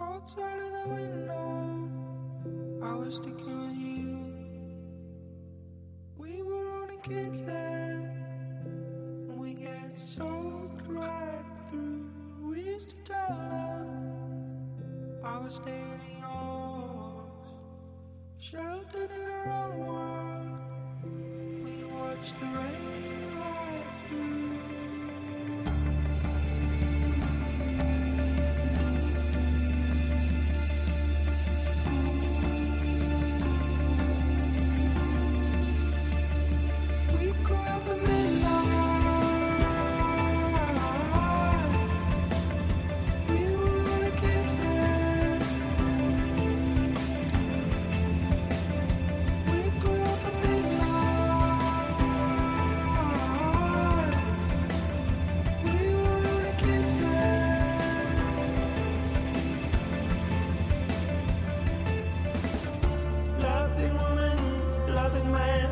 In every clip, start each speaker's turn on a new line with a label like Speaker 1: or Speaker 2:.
Speaker 1: outside of the window. I was sticking with you. We were only kids then. We get soaked right through. We used to tell them I was staying in yours, sheltered in our own world. We watched the rain right through. We grew up in midnight. We were only kids then. We grew up in midnight. We were only kids then. Loving woman, loving man,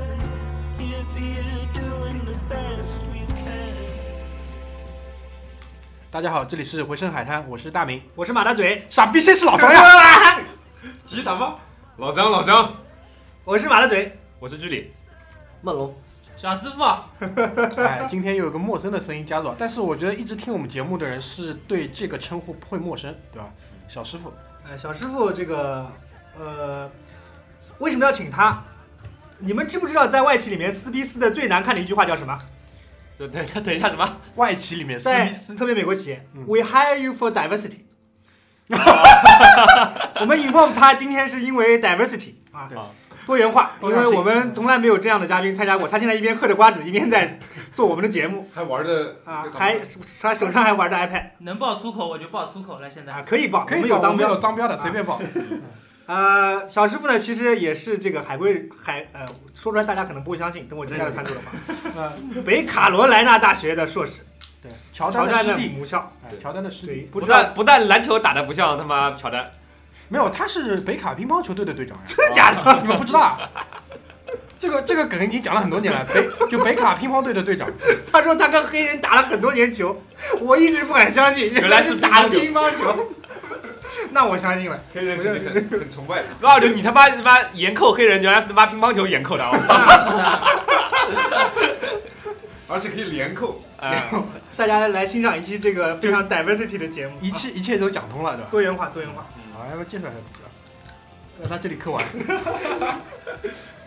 Speaker 1: here for you doing the best we can.
Speaker 2: 大家好，这里是回声海滩，我是大明。
Speaker 3: 我是马大嘴，
Speaker 2: 傻逼，谁是老张呀？
Speaker 4: 急什么？老张，老张，
Speaker 3: 我是马大嘴，
Speaker 4: 我是居里。
Speaker 3: 梦龙，
Speaker 5: 小师傅啊，
Speaker 2: 哎，今天又有个陌生的声音加入，啊但是我觉得一直听我们节目的人是对这个称呼不会陌生，对吧？小师傅，
Speaker 3: 呃，小师傅这个，呃，为什么要请他？你们知不知道在外企里面撕逼撕的最难看的一句话叫什么？
Speaker 4: 这等一下，等一下，什么？
Speaker 2: 外企里面撕
Speaker 3: 在
Speaker 2: 逼撕，
Speaker 3: 特别美国企业、
Speaker 2: 嗯
Speaker 3: w e hire you for diversity 。我们 inform 他今天是因为 diversity 啊
Speaker 2: 对，
Speaker 3: 多元化，因
Speaker 2: 多样
Speaker 3: 为
Speaker 2: 性
Speaker 3: 我们从来没有这样的嘉宾参加过。他现在一边嗑着瓜子，一边在做我们的节目
Speaker 4: 还玩的
Speaker 3: 啊，还还手上还玩着 iPad
Speaker 5: 能爆粗口我就爆粗口了。现
Speaker 3: 啊，
Speaker 5: 在
Speaker 3: 可以报，
Speaker 2: 可
Speaker 3: 我
Speaker 2: 以
Speaker 3: 们
Speaker 2: 报
Speaker 3: 有
Speaker 2: 我
Speaker 3: 脏
Speaker 2: 们
Speaker 3: 标
Speaker 2: 有。脏标的，
Speaker 3: 啊
Speaker 2: 随便报。
Speaker 3: 呃，小师傅呢，其实也是这个海归海呃，说出来大家可能不会相信，等我真要参透 的话，呃，北卡罗来纳大学的硕士，
Speaker 2: 对，乔
Speaker 3: 乔
Speaker 2: 丹的
Speaker 3: 丹
Speaker 2: 师
Speaker 3: 的嗯
Speaker 2: 弟，
Speaker 3: 母校，
Speaker 2: 哎
Speaker 4: 对
Speaker 2: 乔丹的师
Speaker 3: 对，
Speaker 2: 弟，
Speaker 3: 不
Speaker 4: 不
Speaker 3: 知道
Speaker 4: 但不但篮球打得不像他妈乔丹，
Speaker 2: 没有，他是北卡乒乓球队的队长呀。
Speaker 3: 真的假的？
Speaker 2: 你们不知道啊？ 这个这个梗已经讲了很多年了，北就北卡乒乓队的 队长，
Speaker 3: 他说他跟黑人打了很多年球，我一直不敢相信，
Speaker 4: 原来是
Speaker 3: 是打
Speaker 4: 乒乓球
Speaker 3: 乒乓球， 那我相信了。
Speaker 4: 黑人
Speaker 3: 肯定
Speaker 4: 很很崇拜他。老刘，你他妈他妈严扣黑人，原来是他妈乒乓球严扣的，我操！
Speaker 5: 那是的，
Speaker 6: 而且可以连扣。
Speaker 4: 哎
Speaker 3: 大家来欣赏一期这个非常 diversity 的节目，
Speaker 2: 一切一切都讲通了，对吧？
Speaker 3: 多元化，多元化。
Speaker 2: 好，要不要介绍一下自己啊？让他这里嗑 完。啊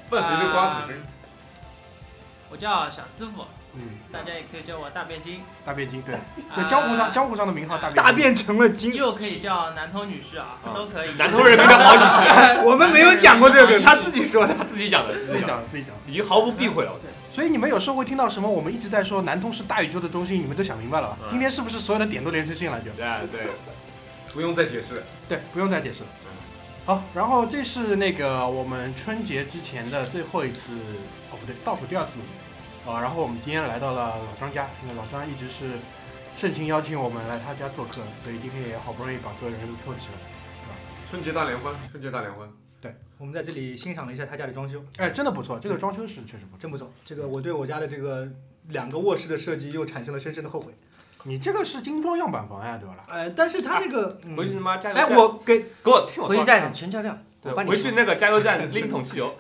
Speaker 6: 伴随着瓜子声，
Speaker 5: 我叫小师傅，
Speaker 2: 嗯，
Speaker 5: 大家也可以叫我大变精，
Speaker 2: 大变精，对对，
Speaker 5: 啊
Speaker 2: 江湖上江湖上的名号大变
Speaker 3: 大
Speaker 6: 啊
Speaker 2: 大
Speaker 3: 变成了金，
Speaker 5: 又可以叫男童女婿啊，
Speaker 2: 哦
Speaker 5: 都可以。
Speaker 4: 南通人民的好女婿，
Speaker 3: 我们没有讲过这个梗，他自己说的。
Speaker 4: 他自己讲的，自
Speaker 2: 自
Speaker 4: 己
Speaker 2: 己
Speaker 4: 讲 的，
Speaker 2: 讲自己讲。
Speaker 4: 已经毫不避讳了。我操
Speaker 2: 所以你们有时候会听到什么？我们一直在说南通是大宇宙的中心，你们都想明白了吧？
Speaker 4: 嗯
Speaker 2: 今天是不是所有的点都连成线了？就
Speaker 4: 对对，
Speaker 6: 不用再解释了。
Speaker 2: 对，不用再解释了。好，然后这是那个我们春节之前的最后一次，哦不对，倒数第二次录音啊。然后我们今天来到了老张家，因为老张一直是盛情邀请我们来他家做客，所以今天也好不容易把所有人都凑齐了。
Speaker 6: 春节大联欢，春节大联欢，
Speaker 3: 我们在这里欣赏了一下他家的装修，
Speaker 2: 哎，真的不错，这个装修是确实不错。
Speaker 3: 真不错。这个我对我家的这个两个卧室的设计又产生了深深的后悔。
Speaker 2: 你这个是精装样板房呀，对吧？
Speaker 3: 呃，但是他那个，嗯
Speaker 4: 回去他妈加油
Speaker 3: 哎，
Speaker 4: 站！
Speaker 3: 我啊给
Speaker 4: 给我听我说，
Speaker 3: 站全教量，
Speaker 4: 对，回去那个加油站拎一桶汽油，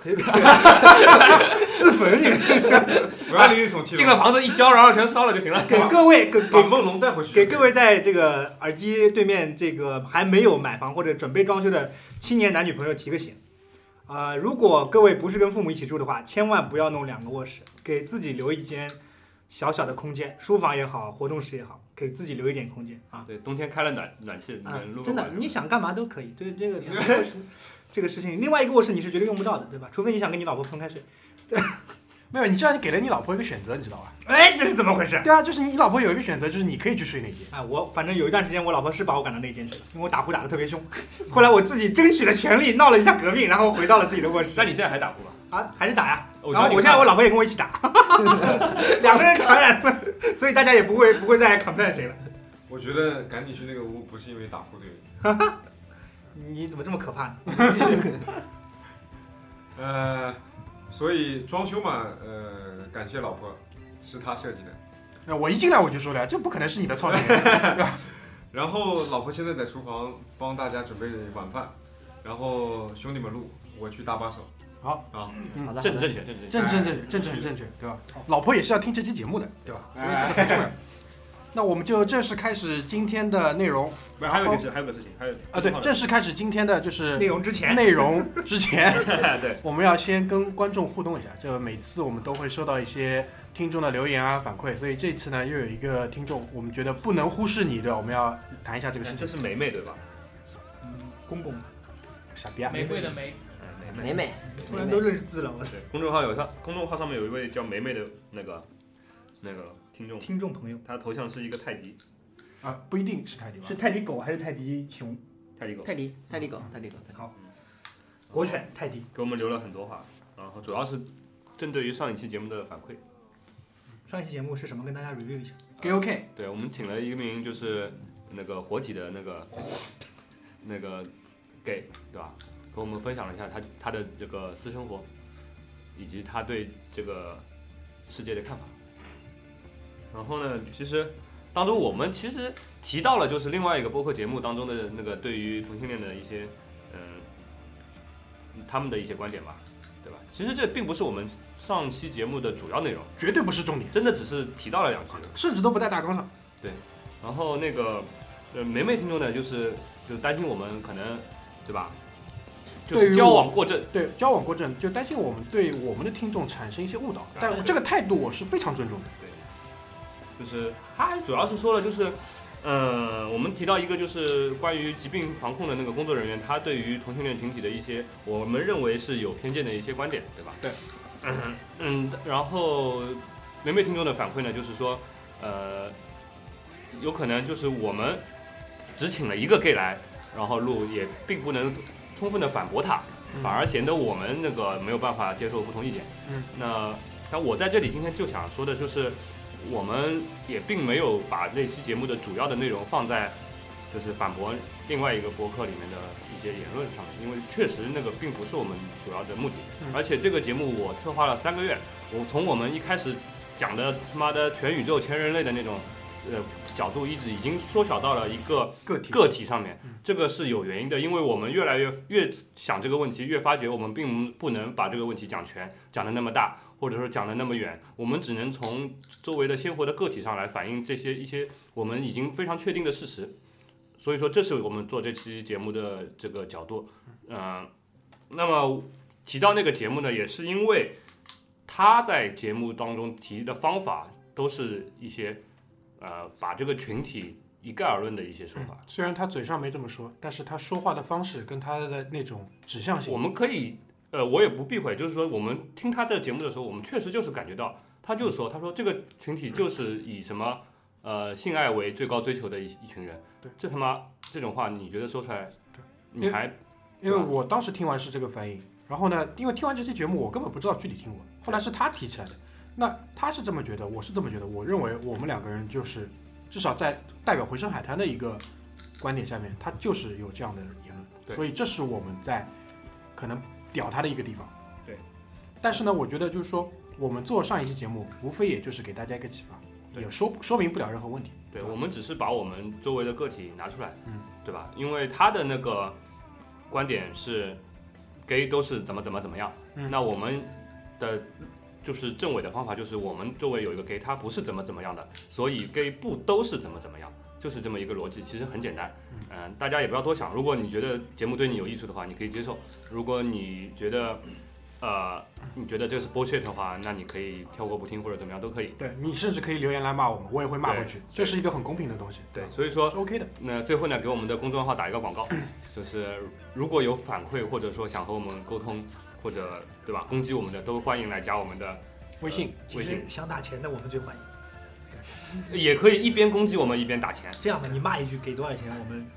Speaker 3: 自焚你，
Speaker 6: 我要另一种气
Speaker 4: 这个房子一浇，然后全烧了就行了。
Speaker 3: 给各位给
Speaker 6: 把
Speaker 3: 给
Speaker 6: 梦龙带回去，
Speaker 3: 给各位在这个耳机对面这个还没有买房或者准备装修的青年男女朋友提个醒。啊、如果各位不是跟父母一起住的话，千万不要弄两个卧室，给自己留一间小小的空间，书房也好，活动室也好，给自己留一点空间啊。
Speaker 4: 对，冬天开了暖暖气，
Speaker 3: 啊
Speaker 4: 能录，个
Speaker 3: 真的
Speaker 4: 晚，
Speaker 3: 你想干嘛都可以。对这个两个 卧室这个事情，另外一个卧室你是绝对用不到的，对吧？除非你想跟你老婆分开睡。
Speaker 2: 没有，你这样你给了你老婆一个选择，你知道吧？
Speaker 3: 哎，这是怎么回事？
Speaker 2: 对啊，就是你老婆有一个选择，就是你可以去睡那间。
Speaker 3: 啊，我反正有一段时间，我老婆是把我赶到那间去了，因为我打呼打得特别凶。后来我自己争取了权利，闹了一下革命，然后回到了自己的卧室
Speaker 4: 那。你现在还打呼吗？
Speaker 3: 啊，还是打呀。
Speaker 4: 我知
Speaker 3: 然后
Speaker 4: 道你
Speaker 3: 我现在我老婆也跟我一起 打，两个人传染了，所以大家也不会不会再 complain 谁了。
Speaker 6: 我觉得赶你去那个屋不是因为打呼的原因。
Speaker 3: 你怎么这么可怕呢？
Speaker 6: 呃，所以装修嘛，呃，感谢老婆，是她设计的。
Speaker 2: 那我一进来我就说了呀，这不可能是你的操心。
Speaker 6: 然后老婆现在在厨房帮大家准备晚饭，然后兄弟们录，我去搭把手。
Speaker 2: 好
Speaker 6: 啊，
Speaker 2: 嗯
Speaker 3: 好的
Speaker 7: 政治正确，
Speaker 3: 哎
Speaker 7: 政治正确。
Speaker 2: 正正正正正正确，对吧？老婆也是要听这期节目的，对吧？所以
Speaker 3: 哎
Speaker 2: 这个很重要。那我们就正式开始今天的内容
Speaker 4: 没有，还有一个事，还有个事情，还有一个
Speaker 2: 啊，对，正式开始今天的就
Speaker 3: 内
Speaker 2: 是
Speaker 3: 容之前，
Speaker 2: 内容之前，
Speaker 4: 对，
Speaker 2: 我们要先跟观众互动一下。就每次我们都会收到一些听众的留言啊反馈，所以这次呢又有一个听众，我们觉得不能忽视你，对吧？我们要谈一下这个事
Speaker 4: 这
Speaker 2: 情。
Speaker 4: 是梅梅 对吧？
Speaker 3: 公公
Speaker 2: 傻逼啊！
Speaker 5: 玫瑰的玫，
Speaker 4: 嗯
Speaker 1: 美美，
Speaker 3: 突然都认识字了，我的
Speaker 4: 对，公众号有上，公众号上面有一位叫梅梅的那个那个听众，
Speaker 3: 听众朋友
Speaker 4: 他头像是一个泰迪
Speaker 2: 啊，不一定是泰迪吧？
Speaker 3: 是泰迪狗还是泰迪熊？
Speaker 4: 泰迪狗，
Speaker 1: 泰迪，泰迪狗，泰迪狗，
Speaker 3: 嗯国犬泰迪。
Speaker 4: 给我们留了很多话，然后主要是针对于上一期节目的反馈。
Speaker 3: 上一期节目是什么？跟大家 review 一下。
Speaker 2: 给 OK，
Speaker 4: 对，我们请了一个名就是那个活体的那个那个 gay 对吧？跟我们分享了一下他他的这个私生活，以及他对这个世界的看法。然后呢，其实当中我们其实提到了就是另外一个播客节目当中的那个对于同性恋的一些嗯他们的一些观点吧，对吧？其实这并不是我们上期节目的主要内容，
Speaker 2: 绝对不是重点，
Speaker 4: 真的只是提到了两句。
Speaker 2: 甚至都不在大纲上。
Speaker 4: 然后那个呃梅梅听众呢，就是就担心我们可能对吧，就
Speaker 2: 对于
Speaker 4: 是
Speaker 2: 我
Speaker 4: 交往过正，
Speaker 2: 对，交往过正，就担心我们对我们的听众产生一些误导，但我这个态度我是非常尊重的。
Speaker 4: 就是他主要是说了就是。呃，我们提到一个就是关于疾病防控的那个工作人员，他对于同性恋群体的一些我们认为是有偏见的一些观点，对吧？
Speaker 2: 对。
Speaker 4: 嗯嗯，然后每位听众的反馈呢，就是说，呃，有可能就是我们只请了一个 gay 来，然后录也并不能充分的反驳他，
Speaker 2: 嗯
Speaker 4: 反而显得我们那个没有办法接受不同意见。
Speaker 2: 嗯，
Speaker 4: 那那我在这里今天就想说的就是，我们也并没有把那期节目的主要的内容放在就是反驳另外一个博客里面的一些言论上面，因为确实那个并不是我们主要的目的。
Speaker 2: 嗯
Speaker 4: 而且这个节目我策划了三个月，我从我们一开始讲的他妈的全宇宙全人类的那种呃角度，一直已经缩小到了一个
Speaker 2: 个体
Speaker 4: 个体上面
Speaker 2: 嗯，
Speaker 4: 这个是有原因的，因为我们越来越越想这个问题，越发觉我们并不能把这个问题讲全，讲的那么大，或者说讲的那么远，我们只能从周围的鲜活的个体上来反映这些一些我们已经非常确定的事实。所以说，这是我们做这期节目的这个角度。嗯、那么提到那个节目呢，也是因为他在节目当中提的方法都是一些呃把这个群体一概而论的一些说法。
Speaker 2: 虽然他嘴上没这么说，但是他说话的方式跟他的那种指向性，
Speaker 4: 我们可以，呃，我也不避讳，就是说，我们听他的节目的时候，我们确实就是感觉到，他就说，他说这个群体就是以什么，呃，性爱为最高追求的一一群人
Speaker 2: 对，
Speaker 4: 这他妈这种话，你觉得说出来，
Speaker 2: 因
Speaker 4: 你
Speaker 2: 为
Speaker 4: 还
Speaker 2: 因为我当时听完是这个反应，然后呢，因为听完这期节目，我根本不知道具体听过，后来是他提起来的。那他是这么觉得，我是这么觉得，我认为我们两个人就是至少在代表回声海滩的一个观点下面，他就是有这样的言论，
Speaker 4: 对
Speaker 2: 所以这是我们在可能屌他的一个地方。
Speaker 4: 对，
Speaker 2: 但是呢，我觉得就是说，我们做上一期节目，无非也就是给大家一个启发，
Speaker 4: 对
Speaker 2: 也说说明不了任何问题。
Speaker 4: 对我们只是把我们周围的个体拿出来，
Speaker 2: 嗯，
Speaker 4: 对吧？因为他的那个观点是 gay 都是怎么怎么怎么样，
Speaker 2: 嗯
Speaker 4: 那我们的就是政委的方法就是我们周围有一个 gay，他不是怎么怎么样的，所以 gay 不都是怎么怎么样，就是这么一个逻辑，其实很简单。
Speaker 2: 嗯
Speaker 4: 嗯、大家也不要多想，如果你觉得节目对你有益处的话，你可以接受；如果你觉得呃，你觉得这是 bullshit 的话，那你可以跳过不听或者怎么样都可以。
Speaker 2: 对你甚至可以留言来骂我们，我也会骂回去，这是一个很公平的东西，
Speaker 4: 对，
Speaker 2: 是
Speaker 4: 所以说
Speaker 2: OK 的。
Speaker 4: 那最后呢，给我们的公众号打一个广告， 就是如果有反馈或者说想和我们沟通，或者对吧攻击我们的，都欢迎来加我们的
Speaker 2: 微信，
Speaker 3: 其实想打钱的我们最欢迎。
Speaker 4: 也可以一边攻击我们一边打钱。
Speaker 3: 这样吧，你骂一句给多少钱，我们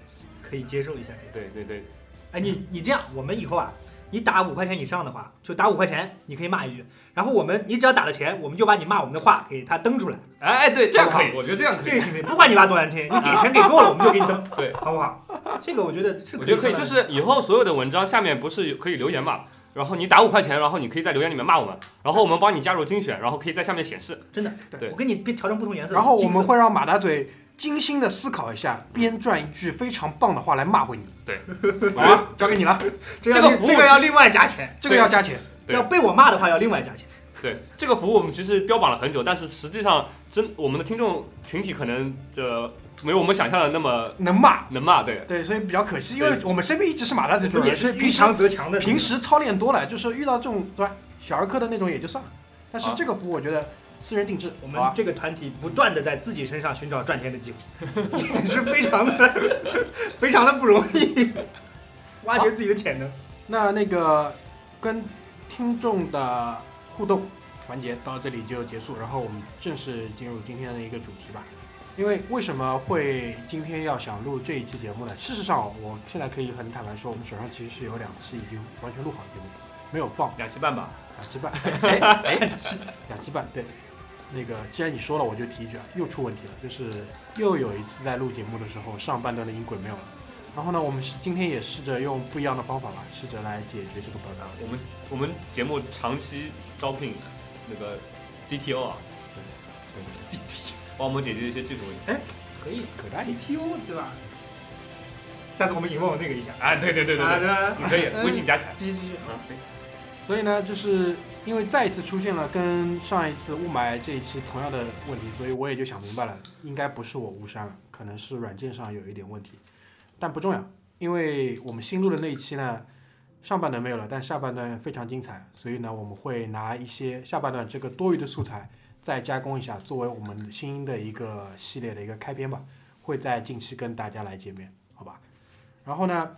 Speaker 3: 可以接受一下这个。
Speaker 4: 对对对，
Speaker 3: 哎，你你这样，我们以后啊，你打五块钱以上的话，就打五块钱，你可以骂一句。然后我们，你只要打了钱，我们就把你骂我们的话给他登出来，
Speaker 4: 哎哎对，这样可以，
Speaker 3: 好
Speaker 4: 我觉得这样可
Speaker 3: 这
Speaker 4: 以
Speaker 3: 个，行不行？不管你骂多难听，你给钱给够了，我们就给你登，
Speaker 4: 对，
Speaker 3: 好不好？这个我觉得是
Speaker 4: 我觉得可以，
Speaker 3: 商
Speaker 4: 就
Speaker 3: 量的
Speaker 4: 是以后所有的文章下面不是有可以留言嘛，然后你打五块钱，然后你可以在留言里面骂我们，然后我们帮你加入精选，然后可以在下面显示。
Speaker 3: 真的，
Speaker 4: 对
Speaker 3: 我给你变调成不同颜色。
Speaker 2: 然后我
Speaker 3: 金色
Speaker 2: 们会让马大嘴精心的思考一下，编撰一句非常棒的话来骂回你。
Speaker 4: 对，
Speaker 2: 好啊，交给你了。
Speaker 3: 这个
Speaker 4: 这个
Speaker 3: 要
Speaker 4: 服务
Speaker 3: 这个要另外加钱，
Speaker 2: 这个要加钱。
Speaker 4: 对
Speaker 3: 要被我骂的话要另外加钱。
Speaker 4: 对这个服务，我们其实标榜了很久，但是实际上真我们的听众群体可能呃没有我们想象的那么
Speaker 2: 能骂，
Speaker 4: 能骂。对，
Speaker 2: 对，所以比较可惜，因为
Speaker 4: 对
Speaker 2: 我们身边一直是马大这种
Speaker 3: 也
Speaker 2: 人，
Speaker 3: 是
Speaker 2: 所以
Speaker 3: 遇
Speaker 2: 平时
Speaker 3: 强则强的。
Speaker 2: 平时操练多了，就是遇到这种对吧小儿科的那种也就算了，但是
Speaker 4: 啊
Speaker 2: 这个服务我觉得私人定制，
Speaker 3: 我
Speaker 2: 好
Speaker 3: 们
Speaker 2: 吧
Speaker 3: 这个团体不断的在自己身上寻找赚钱的机会， 也是非常的非常的不容易， 挖掘自己的潜能。
Speaker 2: 那那个跟听众的互动环节到这里就结束，然后我们正式进入今天的一个主题吧。因为为什么会今天要想录这一期节目呢？事实上，我现在可以很坦白说，我们手上其实是有两期已经完全录好的节目，没有放
Speaker 4: 两期半吧。
Speaker 2: 两期半，哎哎， 两期半，对。那个，既然你说了，我就提一句啊，又出问题了，就是又有一次在录节目的时候，上半段的音轨没有了。然后呢，我们是今天也试着用不一样的方法吧，试着来解决这个啊 bug。
Speaker 4: 我们我们节目长期招聘那个 CTO 啊，对对 CT 帮我们解决一些技术问题。
Speaker 3: 可以
Speaker 2: 可大爷，
Speaker 3: ，CTO 对吧？哎下次我们引用那个一下。
Speaker 4: 哎，对对对对
Speaker 3: 啊
Speaker 4: 对，
Speaker 3: 吧
Speaker 4: 你可以微信加起来。
Speaker 3: 继续继续
Speaker 4: 啊，可以
Speaker 2: 所以呢，就是因为再一次出现了跟上一次雾霾这一期同样的问题，所以我也就想明白了，应该不是我误删了，可能是软件上有一点问题，但不重要，因为我们新录的那一期呢，上半段没有了，但下半段非常精彩，所以呢，我们会拿一些下半段这个多余的素材再加工一下，作为我们新的一个系列的一个开篇吧，会在近期跟大家来见面，好吧？然后呢？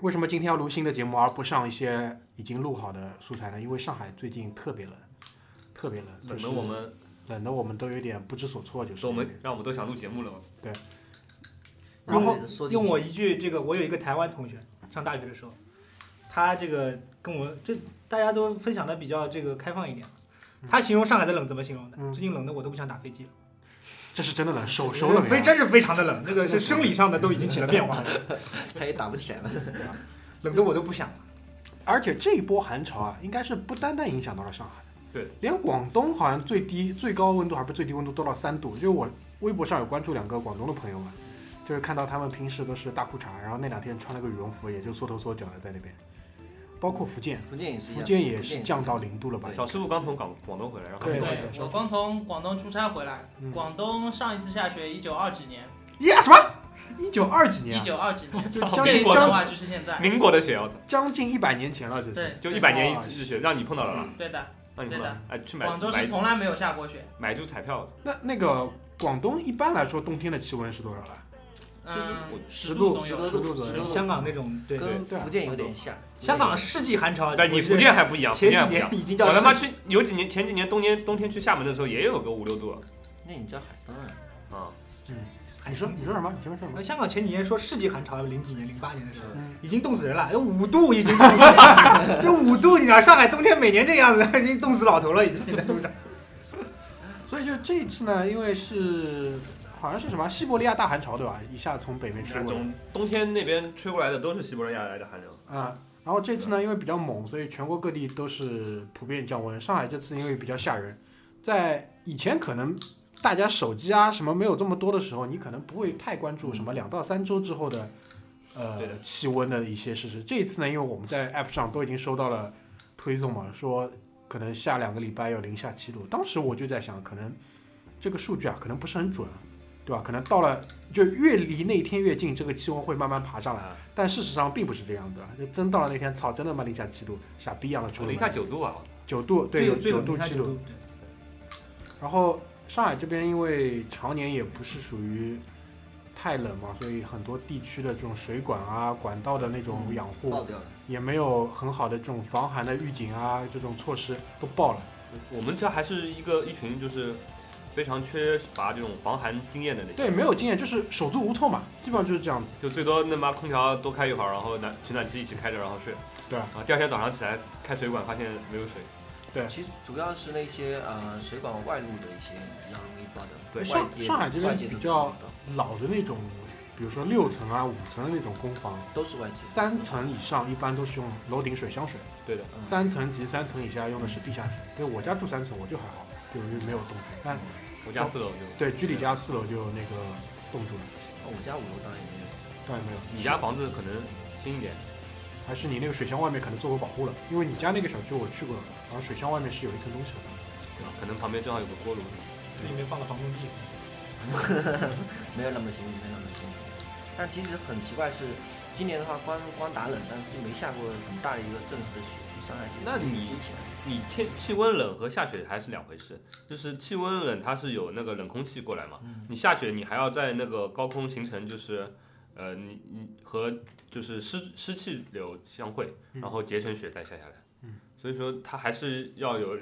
Speaker 2: 为什么今天要录新的节目，而不上一些已经录好的素材呢？因为上海最近特别冷，特别冷，就
Speaker 4: 冷
Speaker 2: 是
Speaker 4: 得我们，
Speaker 2: 冷得我们都有点不知所措，就是
Speaker 4: 我们让我们都想录节目了。
Speaker 2: 然后
Speaker 1: 说进
Speaker 3: 用
Speaker 1: 去
Speaker 3: 我一句，这个我有一个台湾同学，上大学的时候，他这个跟我这大家都分享的比较这个开放一点。他形容上海的冷怎么形容的？
Speaker 2: 嗯
Speaker 3: 最近冷的我都不想打飞机了，
Speaker 2: 这是真的冷，手手冷
Speaker 3: 非
Speaker 2: 呀。
Speaker 3: 真是非常的冷，这个是生理上的都已经起了变化，
Speaker 1: 他也打不起来了。
Speaker 3: 冷的我都不想了。
Speaker 2: 而且这一波寒潮啊，应该是不单单影响到了上海，
Speaker 4: 对，
Speaker 2: 连广东好像最低最高温度还不是最低温度都到三度。就我微博上有关注两个广东的朋友嘛，就是看到他们平时都是大裤衩，然后那两天穿了个羽绒服，也就缩头缩脚的在那边。包括福建，
Speaker 1: 福建也是一
Speaker 2: 福
Speaker 1: 样，
Speaker 2: 建也是降到零度了吧？
Speaker 4: 小师傅刚从广广东回来，然后
Speaker 2: 对
Speaker 5: 对，我刚从广东出差回来
Speaker 2: 嗯，
Speaker 5: 广东上一次下雪一九二几年，
Speaker 2: 呀什么？一九二几年
Speaker 5: 一
Speaker 2: 啊？
Speaker 5: 九二几 年，
Speaker 2: 就
Speaker 4: 操
Speaker 2: 将
Speaker 5: 这
Speaker 2: 近
Speaker 5: 一波的
Speaker 2: 将
Speaker 5: 话就是现在，
Speaker 4: 民国的血，我操，
Speaker 2: 将近一百年前了，这是。
Speaker 5: 对，
Speaker 4: 就
Speaker 5: 对
Speaker 4: 一百年一次日雪，让你碰到了啦，
Speaker 5: 对的，
Speaker 4: 让你碰到了，哎，去买
Speaker 5: 广州
Speaker 4: 买
Speaker 5: 是从来没有下过雪，
Speaker 4: 买一注彩票，
Speaker 2: 那那个广东一般来说冬天的气温是多少了？
Speaker 5: 嗯，
Speaker 2: 十
Speaker 5: 度
Speaker 2: 度，
Speaker 5: 左
Speaker 2: 十
Speaker 5: 右
Speaker 1: 10
Speaker 2: 度
Speaker 1: 度
Speaker 2: 左
Speaker 1: 左
Speaker 2: 右
Speaker 1: 右。
Speaker 3: 香港那种对，
Speaker 1: 跟
Speaker 2: 啊
Speaker 1: 福建有点像。
Speaker 3: 香港世纪寒潮，
Speaker 4: 哎但你福建还不一样，福
Speaker 3: 啊前
Speaker 4: 建还
Speaker 3: 几
Speaker 4: 不一样
Speaker 3: 年。已经叫
Speaker 4: 我他
Speaker 3: 世
Speaker 4: 妈去有几年前几年冬天冬天去厦门的时候也有个五六度
Speaker 1: 那你叫海风啊？
Speaker 4: 啊，
Speaker 2: 你说你说什么？你前面说什么
Speaker 3: 哎呃？香港前几年说世纪寒潮，零几年、零八年的时候
Speaker 2: 嗯，
Speaker 3: 已经冻死人了，有五度已经冻死了，这五度，你知道上海冬天每年这样子，已经冻死老头了，已经在路上。
Speaker 2: 所以就这一次呢，因为是好像是什么西伯利亚大寒潮对吧？一下从北面吹
Speaker 4: 那
Speaker 2: 过来
Speaker 4: 种冬天那边吹过来的都是西伯利亚来的寒流，
Speaker 2: 啊。然后这次呢，因为比较猛，所以全国各地都是普遍降温。上海这次因为比较吓人，在以前可能大家手机啊什么没有这么多的时候，你可能不会太关注什么两到三周之后的呃
Speaker 4: 对的
Speaker 2: 气温的一些事实。这一次呢，因为我们在 App 上都已经收到了推送嘛，说可能下两个礼拜要零下七度。当时我就在想，可能这个数据啊，可能不是很准，对吧？可能到了就越离那一天越近，这个气温会慢慢爬上来
Speaker 4: 啊。
Speaker 2: 但事实上并不是这样的，就真到了那天，操，真他妈零下七度，傻逼一样的出
Speaker 4: 就
Speaker 2: 门
Speaker 4: 零下九度啊，
Speaker 2: 九度，对，有
Speaker 3: 最
Speaker 2: 九
Speaker 3: 冷
Speaker 2: 度
Speaker 3: 零下
Speaker 2: 七
Speaker 3: 九
Speaker 2: 度。
Speaker 3: 度，
Speaker 2: 然后上海这边因为常年也不是属于太冷嘛，所以很多地区的这种水管啊、管道的那种养护、
Speaker 1: 爆掉了。
Speaker 2: 也没有很好的这种防寒的预警啊，这种措施都爆了。
Speaker 4: 我们这还是一个一群就是非常缺乏这种防寒经验的那些，
Speaker 2: 对，没有经验，就是手足无措嘛，基本上就是这样。
Speaker 4: 就最多那妈空调多开一会儿，然后暖取暖器一起开着，然后睡。
Speaker 2: 对啊
Speaker 4: 然后第二天早上起来开水管，发现没有水。
Speaker 1: 其实主要是那些呃水管外露的一些比较容易爆掉。
Speaker 4: 对
Speaker 1: 外
Speaker 2: 上
Speaker 1: 界
Speaker 2: 上海这边
Speaker 1: 外界
Speaker 2: 比
Speaker 1: 的
Speaker 2: 较老的那种，比如说六层啊、五层的那种公房，
Speaker 1: 都是外界。
Speaker 2: 三层以上一般都是用楼顶水箱水，
Speaker 4: 对的，
Speaker 1: 嗯
Speaker 2: 三层及三层以下用的是地下水。因为我家住三层，我就还好，就没有冻水。但
Speaker 4: 我家四楼就
Speaker 2: 对，居里家四楼就有那个冻住了？
Speaker 1: 哦我家五楼当然也没有，
Speaker 2: 当然没有，
Speaker 4: 你家房子可能新一点，
Speaker 2: 还是你那个水箱外面可能做过保护了，因为你家那个小区我去过，然后水箱外面是有一层东西的。
Speaker 4: 对吧？可能旁边正好有个锅炉。
Speaker 3: 这里面放了防冻剂。
Speaker 1: 没有那么辛苦，没有那么辛苦。但其实很奇怪是，今年的话光光打冷，但是就没下过很大的一个正式的雪，上海其实
Speaker 4: 那你
Speaker 1: 积起来。
Speaker 4: 你天气温冷和下雪还是两回事，就是气温冷它是有那个冷空气过来嘛，
Speaker 2: 嗯
Speaker 4: 你下雪你还要在那个高空形成就是，呃，你你和就是湿湿气流相会，然后结成雪再下下来，
Speaker 2: 嗯，
Speaker 4: 所以说它还是要有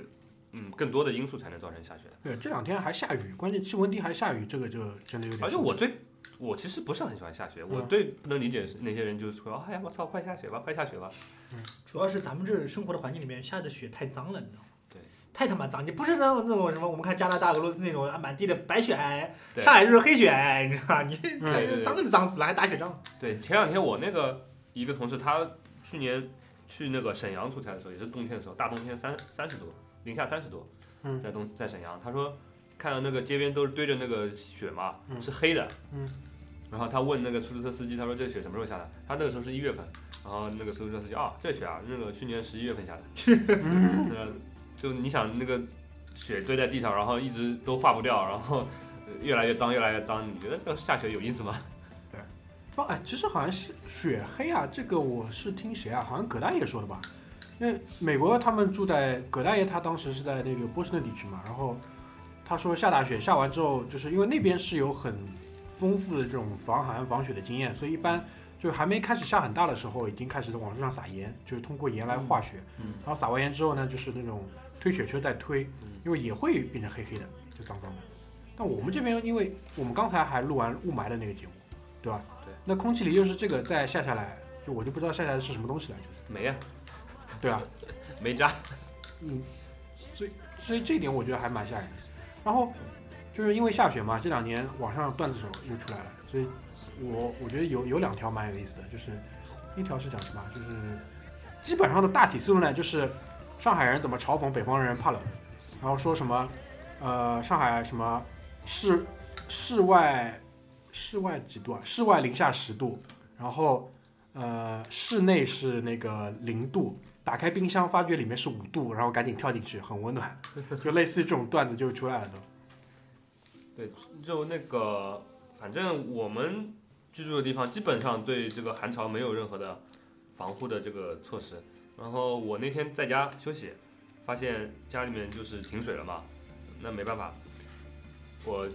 Speaker 4: 嗯更多的因素才能造成下雪的，
Speaker 2: 对，这两天还下雨，关键气温低还下雨，这个就真的有点。
Speaker 4: 而且我最我其实不是很喜欢下雪，我
Speaker 2: 嗯
Speaker 4: 最不能理解是那些人就是说，哎呀我操，快下雪吧，快下雪吧，
Speaker 3: 主要是咱们这儿生活的环境里面下的雪太脏了，你知道吗？
Speaker 4: 对，
Speaker 3: 太他妈脏！你不是那种那种什么，我们看加拿大、俄罗斯那种啊，满地的白雪皑，
Speaker 4: 对
Speaker 3: 上海就是黑雪皑，你知道吧？你
Speaker 4: 对对
Speaker 3: 脏都脏死了，还打雪仗。
Speaker 4: 对，前两天我那个一个同事，他去年去那个沈阳出差的时候，也是冬天的时候，大冬天三三十度，零下三十度，
Speaker 2: 嗯
Speaker 4: 在东在沈阳，他说看到那个街边都是堆着那个雪嘛，
Speaker 2: 嗯
Speaker 4: 是黑的，
Speaker 2: 嗯，
Speaker 4: 然后他问那个出租车司机，他说这雪什么时候下的？他那个时候是一月份，然后那个出租车司机啊，这雪啊，那个去年十一月份下的， 那就你想那个雪堆在地上，然后一直都化不掉，然后呃越来越脏，越来越脏，你觉得这个下雪有意思吗？
Speaker 2: 哦，哎，其实好像是雪黑啊，这个我是听谁啊？好像葛大爷说的吧？因为美国他们住在葛大爷，他当时是在那个波士顿地区嘛，然后他说下大雪下完之后，就是因为那边是有很丰富的这种防寒防雪的经验，所以一般就还没开始下很大的时候，已经开始在往树上撒盐，就是通过盐来化雪。
Speaker 4: 嗯
Speaker 2: 然后撒完盐之后呢，就是那种推雪车在推
Speaker 4: 嗯，
Speaker 2: 因为也会变成黑黑的，就脏脏的。但我们这边，因为我们刚才还录完雾霾的那个节目，对吧？
Speaker 4: 对。
Speaker 2: 那空气里又是这个再下下来，就我就不知道下下来是什么东西了，就是
Speaker 4: 没呀、
Speaker 2: 对吧？
Speaker 4: 没渣。
Speaker 2: 嗯，所以所以这一点我觉得还蛮吓人的。然后就是因为下雪嘛，这两年网上段子手又出来了，所以我我觉得有有两条蛮有意思的，就是一条是讲什么，啊就是基本上的大体思路呢，就是上海人怎么嘲讽北方人怕冷，然后说什么呃上海什么室室外室外几度啊，室外零下十度，然后呃室内是那个零度，打开冰箱，发觉里面是五度，然后赶紧跳进去，很温暖，就类似于这种段子就出来了都。
Speaker 4: 就那个，反正我们居住的地方基本上对这个寒潮没有任何的防护的这个措施。然后我那天在家休息，发现家里面就是停水了嘛，那没办法，我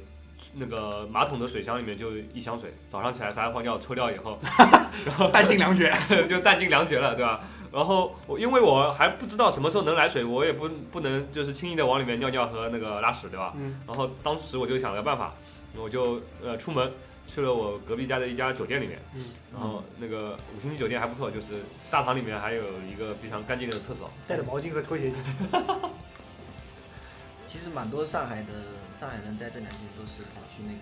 Speaker 4: 那个马桶的水箱里面就一箱水，早上起来撒完泡尿抽掉以后，
Speaker 2: 半斤两卷，
Speaker 4: 就弹尽粮绝了，对吧？然后我因为我还不知道什么时候能来水，我也不不能就是轻易的往里面尿尿和那个拉屎，对吧？
Speaker 2: 嗯，
Speaker 4: 然后当时我就想了个办法，我就呃出门去了我隔壁家的一家酒店里面，
Speaker 2: 嗯，
Speaker 4: 然后那个五星级酒店还不错，就是大堂里面还有一个非常干净的厕所，
Speaker 3: 带着毛巾和拖鞋进去，
Speaker 1: 其实蛮多上海的上海人在这两天都是跑去那个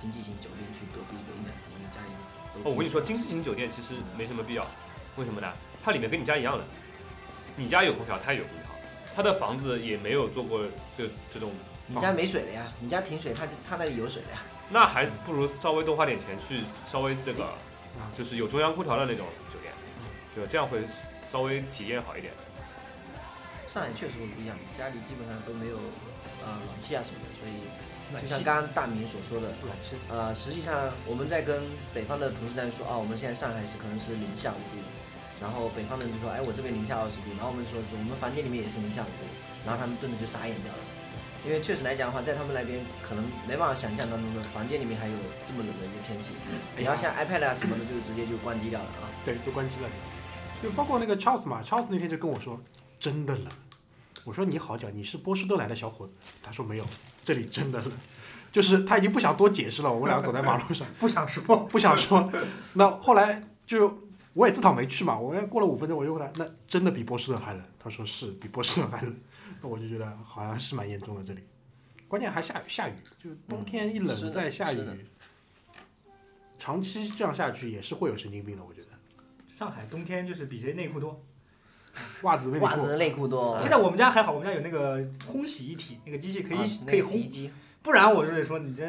Speaker 1: 经济型酒店去隔壁北美他们家里都
Speaker 4: 哦，我跟你说，经济型酒店其实没什么必要，为什么呢？它里面跟你家一样的，你家有空调，它也有空调，它的房子也没有做过这这种
Speaker 1: 你家没水了呀，你家停水，他他那里有水了呀。
Speaker 4: 那还不如稍微多花点钱去稍微这个
Speaker 2: 嗯，
Speaker 4: 就是有中央空调的那种酒店，对吧？这样会稍微体验好一点。
Speaker 1: 上海确实会不一样，家里基本上都没有呃暖气啊什么的，所以
Speaker 3: 暖
Speaker 1: 就
Speaker 3: 气
Speaker 1: 像刚刚大明所说的，
Speaker 2: 暖气，
Speaker 1: 呃，实际上我们在跟北方的同事在说啊，我们现在上海是可能是零下五度，然后北方人就说，哎，我这边零下二十度，然后我们说我们房间里面也是零下五度，然后他们顿时就傻眼掉了，因为确实来讲的话，在他们那边可能没办法想象当中的房间里面还有这么冷的一个天气，
Speaker 2: 哎
Speaker 1: 你要像 iPad 啊什么的就直接就关机掉了啊。
Speaker 2: 对，都关机了。就包括那个 Charles 嘛，Charles 那天就跟我说，真的冷。我说你好讲，你是波士顿来的小伙子。他说没有，这里真的冷。就是他已经不想多解释了，我们两个走在马路上，
Speaker 3: 不想说。
Speaker 2: 不想说。那后来就我也自讨没趣嘛，我也过了五分钟我就问他，那真的比波士顿还冷？他说是比波士顿还冷。那我就觉得好像是蛮严重的这里，关键还下雨，下雨就冬天一
Speaker 1: 是
Speaker 2: 冷
Speaker 1: 的
Speaker 2: 再下雨，
Speaker 1: 是的
Speaker 2: 长期这样下去也是会有神经病的，我觉得。
Speaker 3: 上海冬天就是比谁内裤多。
Speaker 2: 袜子没
Speaker 1: 袜
Speaker 2: 过，哎
Speaker 1: 子内裤多，
Speaker 3: 现在我们家还好，我们家有那个烘洗一体，那个机器可以、
Speaker 1: 啊
Speaker 3: 可以
Speaker 1: 那个洗衣
Speaker 3: 烘，
Speaker 1: 机，
Speaker 3: 不然我就得说你这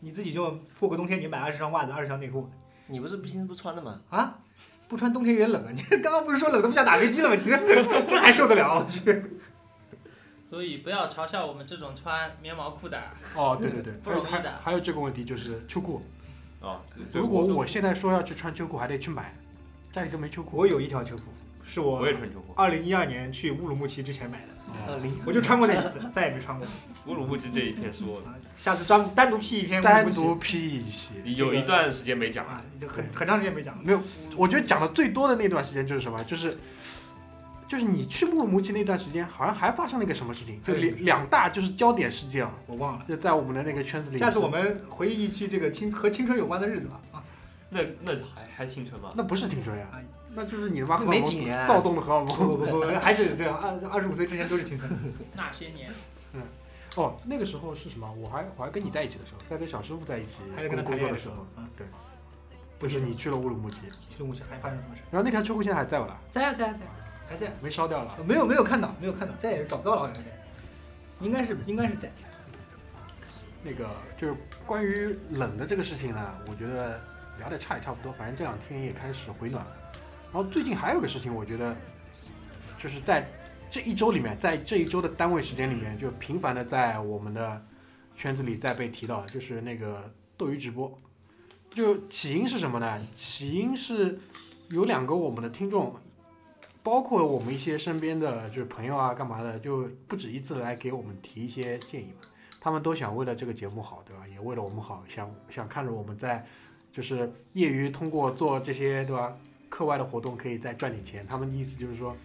Speaker 3: 你自己就过个冬天，你买二十双袜子，二十条内裤
Speaker 1: 你不是不平时不穿的吗？
Speaker 3: 啊，不穿冬天有点冷啊。你刚刚不是说冷的不想打飞机了吗？你这这还受得了？我 去，
Speaker 5: 所以不要嘲笑我们这种穿棉毛裤的。
Speaker 2: 哦，对对对，
Speaker 5: 不容易的
Speaker 2: 还有还还有这个问题就是秋裤，
Speaker 6: 啊，对
Speaker 2: 如果我现在说要去穿秋裤，还得去买，家里都没秋裤。
Speaker 3: 我有一条秋裤，是我
Speaker 4: 我也穿秋裤。
Speaker 3: 二零一二年去乌鲁木齐之前买的，
Speaker 2: 哦
Speaker 1: 二零
Speaker 3: 我就穿过那一次，再也没穿过。
Speaker 4: 乌鲁木齐这一篇是我的，
Speaker 3: 啊下次专单独 P 一篇乌鲁
Speaker 2: 单
Speaker 3: 木齐
Speaker 2: 独批一期，
Speaker 4: 嗯有一段时间没讲了
Speaker 3: 啊，已经很很长时间没讲了。
Speaker 2: 我觉得讲的最多的那段时间就是什么，就是。就是你去乌鲁木齐那段时间，好像还发生了一个什么事情，就是
Speaker 3: 对
Speaker 2: 两两大就是焦点事件啊，
Speaker 3: 我忘了。
Speaker 2: 就在我们的那个圈子里。
Speaker 3: 下次我们回忆一期这个青和青春有关的日子吧。啊，
Speaker 4: 那那还还青春吗？
Speaker 2: 那不是青春呀
Speaker 3: 哎，
Speaker 2: 那就是你他妈荷尔
Speaker 1: 没
Speaker 2: 蒙
Speaker 1: 几年
Speaker 2: 躁动的荷尔
Speaker 3: 不
Speaker 2: 蒙。
Speaker 3: 不不，不还是这样，二二十五岁之前都是青春。
Speaker 5: 那些年，
Speaker 2: 哦，那个时候是什么？我还我还跟你在一起的时候，在跟小师傅在一起
Speaker 3: 还有跟他谈
Speaker 2: 工作
Speaker 3: 恋爱
Speaker 2: 的
Speaker 3: 的
Speaker 2: 时
Speaker 3: 时
Speaker 2: 候
Speaker 3: 候，，啊，
Speaker 2: 对，不是你去了乌鲁木齐，
Speaker 3: 去乌鲁木齐还发生什么事？
Speaker 2: 然后那条秋裤现在还在我那儿，
Speaker 3: 在呀在呀在呀，还在呀。啊
Speaker 2: 没烧掉了。
Speaker 3: 没有没有看到，没有看到，再也找不到了，好像是。应该是应该是在。
Speaker 2: 那个就是关于冷的这个事情呢，我觉得聊的差也差不多，反正这两天也开始回暖了。然后最近还有个事情，我觉得就是在这一周里面，在这一周的单位时间里面，就频繁的在我们的圈子里再被提到，就是那个斗鱼直播。就起因是什么呢？起因是有两个我们的听众，包括我们一些身边的就是朋友啊，干嘛的，就不止一次来给我们提一些建议嘛。他们都想为了这个节目好，对吧？也为了我们好，想想看着我们在，就是业余通过做这些，对吧？课外的活动可以再赚点钱。他们的意思就是说，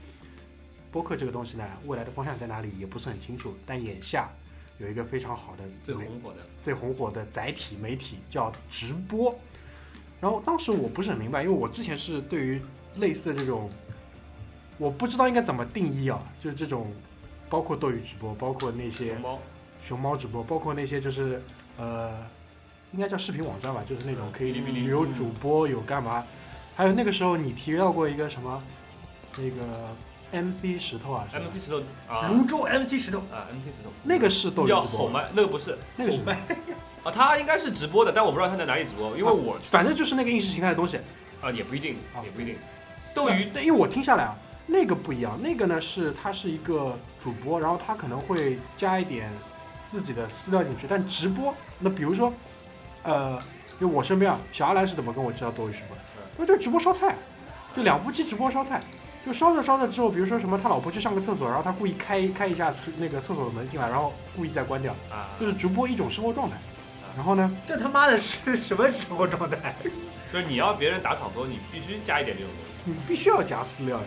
Speaker 2: 播客这个东西呢，未来的方向在哪里也不是很清楚，但眼下有一个非常好的
Speaker 4: 最
Speaker 2: 媒
Speaker 4: 红火的，
Speaker 2: 最红火的载体媒体叫直播。然后当时我不是很明白，因为我之前是对于类似的这种，我不知道应该怎么定义啊，就是这种，包括斗鱼直播，包括那些
Speaker 4: 熊猫
Speaker 2: 熊猫直播，包括那些就是呃，应该叫视频网站吧，就是那种可以
Speaker 4: 哔哩哔哩
Speaker 2: 有主播有干嘛，还有那个时候你提到过一个什么，那个 MC 石头啊是吧
Speaker 4: MC 哎石头啊
Speaker 3: 泸州 MC 石头，
Speaker 4: 啊 MC 石头
Speaker 2: 那个是斗鱼
Speaker 4: 叫
Speaker 2: 直
Speaker 4: 吼
Speaker 2: 播吗，
Speaker 4: 麦，那个不是
Speaker 2: 那个是什么，
Speaker 4: 啊，他应该是直播的，但我不知道他在哪里直播，因为我
Speaker 2: 反正就是那个意识形态的东西。
Speaker 4: 啊也不一定
Speaker 2: 啊，
Speaker 4: 也不一定。斗鱼
Speaker 2: 对，因为我听下来啊，那个不一样，那个呢是他是一个主播，然后他可能会加一点自己的私料进去，但直播，那比如说，呃，就我身边啊，小阿兰是怎么跟我知道斗鱼直播的？那就直播烧菜，就两夫妻直播烧菜，就烧着烧着之后，比如说什么他老婆去上个厕所，然后他故意开开一下那个厕所的门进来，然后故意再关掉，
Speaker 4: 啊，
Speaker 2: 就是直播一种生活状态。然后呢，
Speaker 3: 这他妈的是什么生活状态？
Speaker 4: 就是你要别人打场播，你必须加一点这种东西。
Speaker 2: 你必须要加私料呀。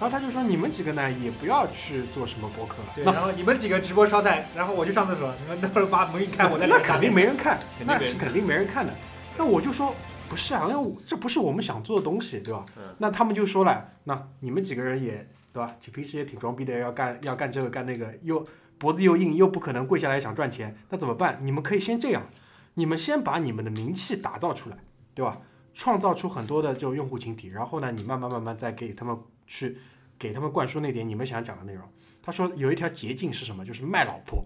Speaker 2: 然后他就说你们几个呢，也不要去做什么播客了。
Speaker 3: 对，然后你们几个直播烧菜，然后我去上厕所，你们等会儿把门一开，我在里
Speaker 2: 那
Speaker 3: 面
Speaker 2: 肯定没人看，
Speaker 4: 肯定
Speaker 2: 那
Speaker 4: 没
Speaker 2: 是
Speaker 4: 人看
Speaker 2: 肯定没人看的。那我就说不是啊，那我这不是我们想做的东西，对吧？
Speaker 4: 嗯
Speaker 2: 那他们就说了，那你们几个人也对吧？平时也挺装逼的，要干要干这个干那个，又脖子又硬，又不可能跪下来想赚钱，那怎么办？你们可以先这样，你们先把你们的名气打造出来，对吧？创造出很多的这种用户群体，然后呢，你慢慢慢慢再给他们去给他们灌输那点你们想讲的内容。他说有一条捷径是什么？就是卖老婆。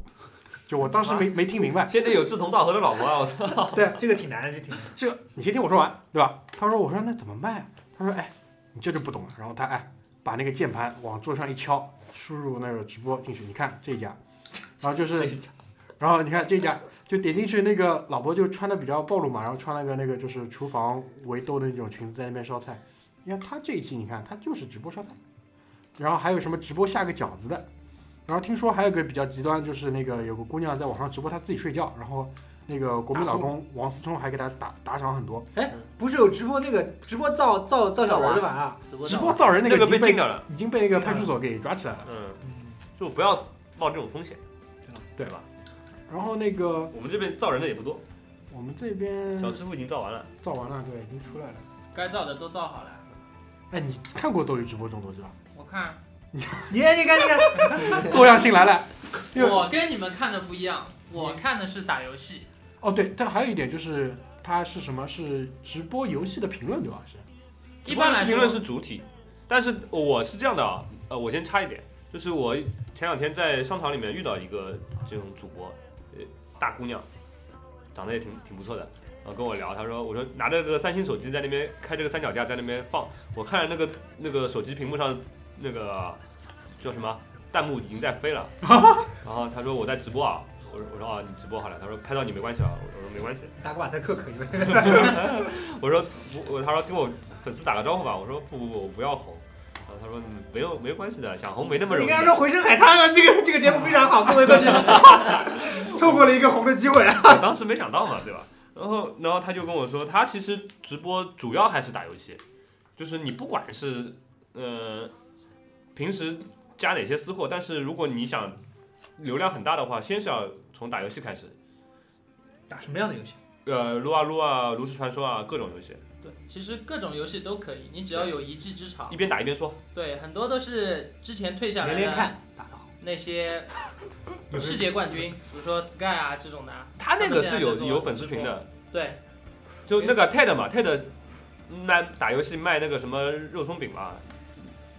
Speaker 2: 就我当时没没听明白，
Speaker 4: 现在有志同道合的老婆啊，我操！
Speaker 3: 对，这个挺难的，这挺难的。
Speaker 2: 这你先听我说完，对吧？他说，我说那怎么卖啊？他说，哎，你这就不懂了。然后他哎，把那个键盘往桌上一敲，输入那个直播进去，你看这家，然后就是，然后你看这家就点进去，那个老婆就穿的比较暴露嘛，然后穿了个那个就是厨房围兜的那种裙子，在那边烧菜。你看他这一期，你看他就是直播烧菜，然后还有什么直播下个饺子的，然后听说还有个比较极端，就是那个有个姑娘在网上直播她自己睡觉，然后那个国民老公王思聪还给她打打赏很多。
Speaker 3: 不是有直播那个直播造造造小人的吧？啊，
Speaker 2: 直播造人那
Speaker 4: 那个
Speaker 2: 已
Speaker 4: 被
Speaker 2: 经
Speaker 4: 禁掉了。
Speaker 2: 已经被那个派出所给抓起来了。
Speaker 4: 嗯，就不要冒这种风险。
Speaker 2: 对
Speaker 4: 吧？
Speaker 2: 然后那个
Speaker 4: 我们这边造人的也不多，
Speaker 2: 我们这边
Speaker 4: 小师傅已经造完了。
Speaker 2: 造完了，对，已经出来了。
Speaker 5: 该造的都造好了。
Speaker 2: 哎，你看过斗鱼直播这种东西吧？
Speaker 5: 我看
Speaker 3: 你看你看你看，
Speaker 2: 多样性来了。因为
Speaker 5: 我跟你们看的不一样，我看的是打游戏，
Speaker 2: 哦，对，但还有一点就是，它是什么？是直播游戏的评论对吧？是。
Speaker 5: 一般来
Speaker 4: 是
Speaker 5: 说
Speaker 4: 评论是主体，但是我是这样的啊，呃，我先插一点，就是我前两天在商场里面遇到一个这种主播，呃，大姑娘，长得也挺挺不错的，呃，跟我聊，他说，我说拿着个三星手机在那边开这个三脚架在那边放，我看着那个那个手机屏幕上那个叫什么弹幕已经在飞 了，然后他说我在直播啊，我说我说啊你直播好了，他说拍到你没关系啊，我说没关系，
Speaker 3: 打个马赛克可以吗？
Speaker 4: 我说我我他说跟我粉丝打个招呼吧，我说不不不我不要红，然后他说嗯没有没关系的，想红没那么容
Speaker 3: 应
Speaker 4: 易
Speaker 3: 该
Speaker 4: 的。
Speaker 3: 说《回声海滩》啊，这个这个节目非常好，各位观众，错过了一个红的机会啊！
Speaker 4: 我当时没想到嘛，对吧？然后，然后他就跟我说，他其实直播主要还是打游戏，就是你不管是呃平时加哪些私货，但是如果你想流量很大的话，先是要从打游戏开始，
Speaker 3: 打什么样的游戏？
Speaker 4: 呃，撸啊撸啊，炉石传说啊，各种游戏，
Speaker 5: 对，其实各种游戏都可以，你只要有一技之长
Speaker 4: 一。边打一边说。
Speaker 5: 对，很多都是之前退下来
Speaker 3: 连连
Speaker 5: 的
Speaker 3: 看打得好，
Speaker 5: 那些世界冠军，比如说 Sky 啊这种的啊。
Speaker 4: 他那个是
Speaker 5: 他
Speaker 4: 有
Speaker 5: 们现在在做
Speaker 4: 有粉丝群的，
Speaker 5: 对，
Speaker 4: 就那个 TED 嘛，TED 卖打游戏卖那个什么肉松饼嘛，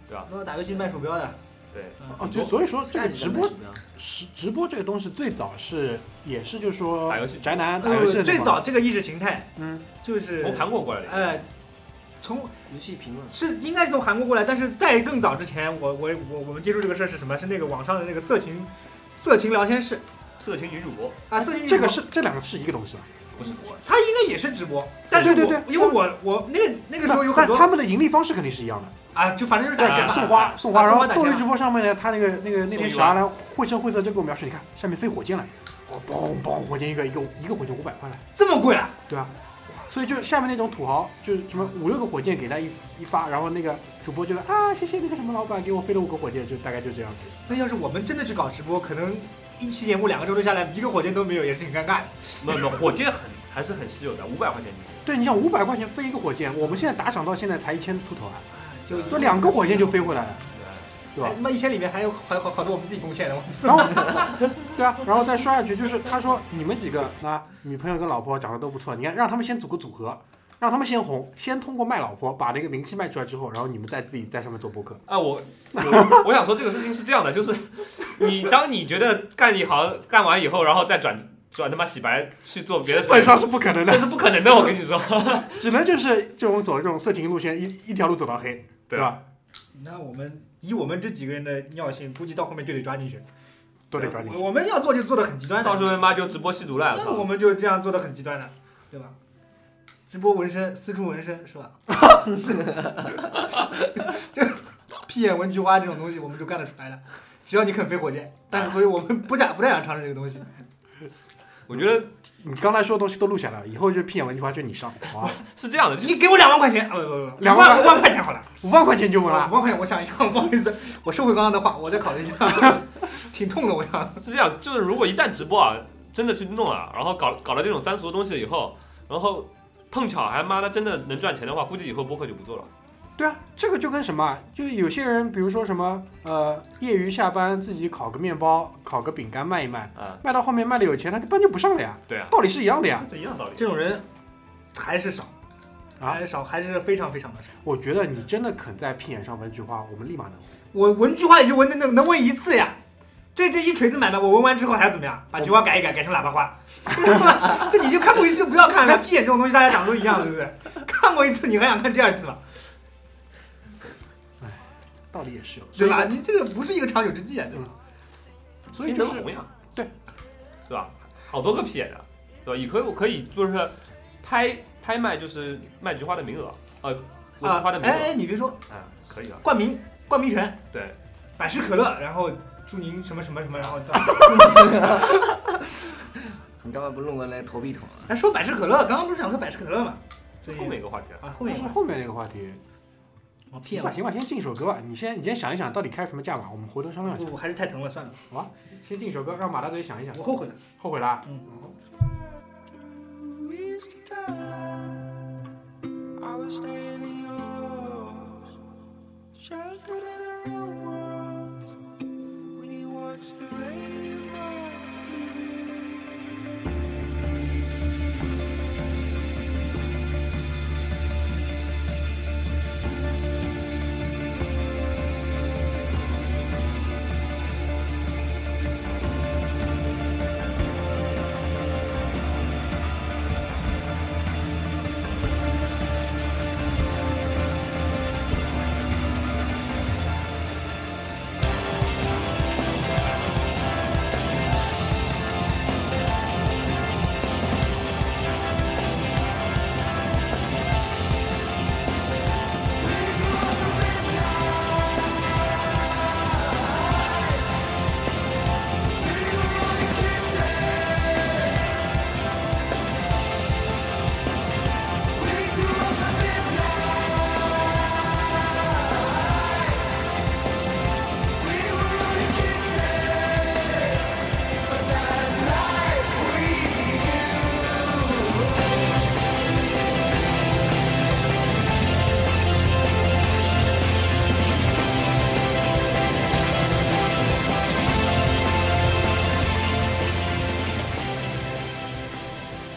Speaker 4: 对吧？
Speaker 3: 那打游戏卖鼠标的，
Speaker 4: 对，
Speaker 2: 哦，就所以说这
Speaker 1: 下
Speaker 2: 个
Speaker 1: 一集
Speaker 2: 直
Speaker 1: 咱们
Speaker 2: 播
Speaker 1: 什么样？
Speaker 2: 直直播这个东西最早是也是就是说
Speaker 4: 打游戏
Speaker 2: 宅男打游戏
Speaker 3: 呃，
Speaker 2: 的地
Speaker 3: 最
Speaker 2: 方
Speaker 3: 早这个意识形态
Speaker 2: 嗯
Speaker 3: 就是
Speaker 4: 从韩国过来的，
Speaker 3: 呃，从
Speaker 1: 游戏评论，
Speaker 3: 是应该是从韩国过来，但是在更早之前，我我我我们接触这个事儿是什么？是那个网上的那个色情色情聊天室
Speaker 4: 色情女主播，
Speaker 3: 啊，色情
Speaker 2: 这个
Speaker 3: 是
Speaker 2: 是这两个是一个东西吗？
Speaker 4: 不是
Speaker 3: 它应该也是直播，但是我
Speaker 2: 对对对
Speaker 3: 因为我我那个那个时候有很
Speaker 2: 但
Speaker 3: 多
Speaker 2: 他们的盈利方式肯定是一样的，
Speaker 3: 啊，就反正就是打
Speaker 2: 对，
Speaker 3: 钱嘛，
Speaker 2: 送花送花，
Speaker 3: 啊
Speaker 2: 然
Speaker 3: 送花
Speaker 2: 后
Speaker 3: 打
Speaker 2: 斗鱼
Speaker 3: 钱
Speaker 2: 直
Speaker 3: 嘛。
Speaker 2: 播上面呢，他那个那个那天
Speaker 4: 送一
Speaker 2: 啥
Speaker 4: 万
Speaker 2: 呢？绘声绘色就给我描述，你看上面飞火箭了，哦，嘣嘣，火箭一个一个一个火箭五百块了，
Speaker 3: 这么贵啊？
Speaker 2: 对吧？所以就下面那种土豪，就是什么五六个火箭给他一一发，然后那个主播就啊，谢谢那个什么老板给我飞了五个火箭，就大概就这样子。
Speaker 3: 那要是我们真的去搞直播，可能一期节目两个周头下来一个火箭都没有，也是挺尴尬的。
Speaker 4: 没有没有，火箭很还是很稀有的，五百块钱一天。
Speaker 2: 对，你想五百块钱飞一个火箭，我们现在打赏到现在才一千出头啊，
Speaker 3: 就
Speaker 2: 就两个火箭就飞回来了。对吧
Speaker 3: 哎他妈一千里面还有还有好好多我们自己贡献的，我
Speaker 2: 然后，对啊，然后再说下去，就是他说你们几个啊，女朋友跟老婆长得都不错，你看让他们先组个组合，让他们先红，先通过卖老婆把那个名气卖出来之后，然后你们再自己在上面做播客。
Speaker 4: 啊，我 我我想说这个事情是这样的，就是你当你觉得干一行干完以后，然后再转转他妈洗白去做别的事
Speaker 2: 基本
Speaker 4: 情，
Speaker 2: 上是不可能
Speaker 4: 这
Speaker 2: 的，
Speaker 4: 是不可能的，我跟你说。
Speaker 2: 只能就是这种走这种色情路线，一一条路走到黑，对
Speaker 4: 对
Speaker 2: 吧？
Speaker 3: 那我们以我们这几个人的尿性，估计到后面就得抓进去。
Speaker 4: 啊
Speaker 2: 都得抓紧。
Speaker 3: 我我们要做就做的很极端的，
Speaker 4: 到时候他妈就直播吸毒了，
Speaker 3: 那我
Speaker 4: 操！
Speaker 3: 们就这样做的很极端了，对吧？直播纹身，私处纹身是吧？ 就屁眼纹菊花这种东西，我们就干得出来了。只要你肯飞火箭，但是所以我们不假不太想尝试这个东西。
Speaker 4: 我觉得
Speaker 2: 你刚才说的东西都录下来了，以后就屁眼文句话就你上，好吧？
Speaker 4: 是这样的，就是
Speaker 3: 你给我两万块钱，啊不不不，
Speaker 2: 两
Speaker 3: 两
Speaker 2: 万
Speaker 3: 万五万块钱好了，
Speaker 2: 五万块钱就
Speaker 3: 五
Speaker 2: 稳了。
Speaker 3: 万块钱，我想一想，不好意思，我收回刚刚的话，我再考虑一下， 挺痛的，我想。
Speaker 4: 是这样，就是如果一旦直播啊，真的去弄啊，然后搞搞了这种三俗的东西以后，然后碰巧还妈的真的能赚钱的话，估计以后播客就不做了。
Speaker 2: 对啊，这个就跟什么啊，就是有些人，比如说什么，呃，业余下班自己烤个面包、烤个饼干卖一卖，
Speaker 4: 啊，
Speaker 2: 卖到后面卖的有钱，他根本就不上了呀，
Speaker 4: 对啊，
Speaker 2: 道理是一样的呀。
Speaker 4: 是一样道理。
Speaker 3: 这种人还是少，
Speaker 2: 啊
Speaker 3: 还是少，还是非常非常的少。
Speaker 2: 我觉得你真的肯在屁眼上文句话，我们立马能。
Speaker 3: 我闻菊花也就闻能能能闻一次呀，这这一锤子买卖，我闻完之后还要怎么样？把菊花改一改，改成喇叭花。 这你就看过一次就不要看了，屁眼这种东西大家长得都一样，对不对？看过一次你还想看第二次吗？
Speaker 2: 道理也是有，
Speaker 3: 对吧？你这个不是一个长久之计啊，对吧？
Speaker 2: 所以
Speaker 4: 谁
Speaker 2: 就
Speaker 4: 能
Speaker 2: 是
Speaker 4: 红呀，
Speaker 2: 对，
Speaker 4: 是吧？好多个屁眼的，对吧？也可以，我可以就是拍拍卖，就是卖菊花的名额，呃，卖菊
Speaker 3: 啊
Speaker 4: 花的，名
Speaker 3: 哎
Speaker 4: 额，
Speaker 3: 哎，你别说，
Speaker 4: 啊，可以啊，
Speaker 3: 冠名冠名权，
Speaker 4: 对，
Speaker 3: 百事可乐，然后祝您什么什么什么，然后到。
Speaker 1: 你干嘛不弄个来投币桶啊？
Speaker 3: 哎，说百事可乐，刚刚不是想说百事可乐吗？最近
Speaker 4: 后面一个话题
Speaker 3: 啊，
Speaker 4: 啊，
Speaker 2: 后
Speaker 3: 后
Speaker 2: 面
Speaker 3: 面哦有
Speaker 2: 是
Speaker 3: 吗
Speaker 2: 后面那个话题。
Speaker 3: 我
Speaker 2: 行
Speaker 3: 骗
Speaker 2: 吧
Speaker 3: 我，
Speaker 2: 行吧，先进一首歌吧。你先你先想一想，到底开什么价码，我们回头商量一
Speaker 3: 不，
Speaker 2: 下。
Speaker 3: 我还是太疼了，算了，
Speaker 2: 先进一首歌，让马大嘴想一想
Speaker 3: 嗯我。后悔了。
Speaker 2: 后悔啊啦？
Speaker 8: Waste of time. I was staying in yours, sheltered in our own worlds. We watched the rain run through.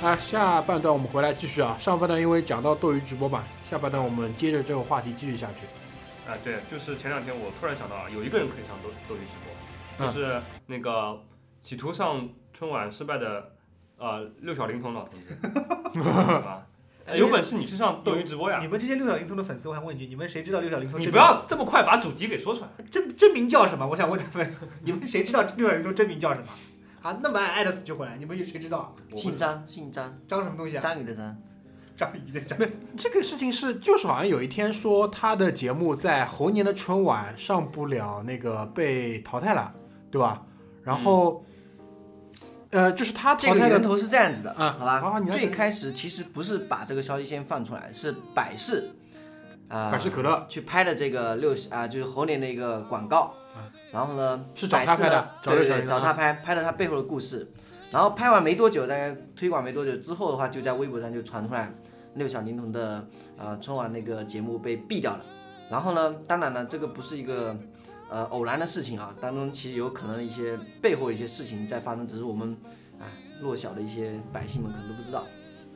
Speaker 2: 啊，下半段我们回来继续啊。上半段因为讲到斗鱼直播版，下半段我们接着这个话题继续下去。
Speaker 4: 啊，对，就是前两天我突然想到啊，有一个人可以上斗斗鱼直播，就是那个企图上春晚失败的呃六小龄童老 同志，啊，有本事你去上斗鱼直播呀
Speaker 3: 你！们这些六小龄童的粉丝，我想问一句，你们谁知道六小龄童？
Speaker 4: 你不要这么快把主题给说出来。
Speaker 3: 真真名叫什么？我想问他们，你们谁知道六小龄童真名叫什么？啊，那么爱爱的死去活来，你们有谁知道啊？
Speaker 1: 姓张，姓张，
Speaker 3: 张什么东西啊？
Speaker 1: 张宇的张，
Speaker 3: 张宇的张。
Speaker 2: 这个事情是，就是好像有一天说他的节目在猴年的春晚上不了，那个被淘汰了，对吧？然后，呃，就是他
Speaker 1: 这
Speaker 2: 淘
Speaker 1: 个
Speaker 2: 汰
Speaker 1: 源
Speaker 2: 的，
Speaker 1: 头是这样子的，
Speaker 2: 啊
Speaker 1: 好
Speaker 2: 啊
Speaker 1: 吧
Speaker 2: 你？要
Speaker 1: 最开始其实不是把这个消息先放出来，是百事，啊，
Speaker 2: 百事可乐
Speaker 1: 去拍的这个六啊，就是猴年的一个广告
Speaker 2: 啊。
Speaker 1: 然后呢，
Speaker 2: 是找他
Speaker 1: 百事
Speaker 2: 拍的啊
Speaker 1: 呢
Speaker 2: 找
Speaker 1: 对
Speaker 2: 六小
Speaker 1: 对
Speaker 2: 龄
Speaker 1: 对，
Speaker 2: 童
Speaker 1: 找他拍，拍了他背后的故事。然后拍完没多久，大概推广没多久之后的话，就在微博上就传出来六小龄童的呃春晚那个节目被毙掉了。然后呢，当然了，这个不是一个呃偶然的事情啊，当中其实有可能一些背后的一些事情在发生，只是我们啊弱小的一些百姓们可能都不知道。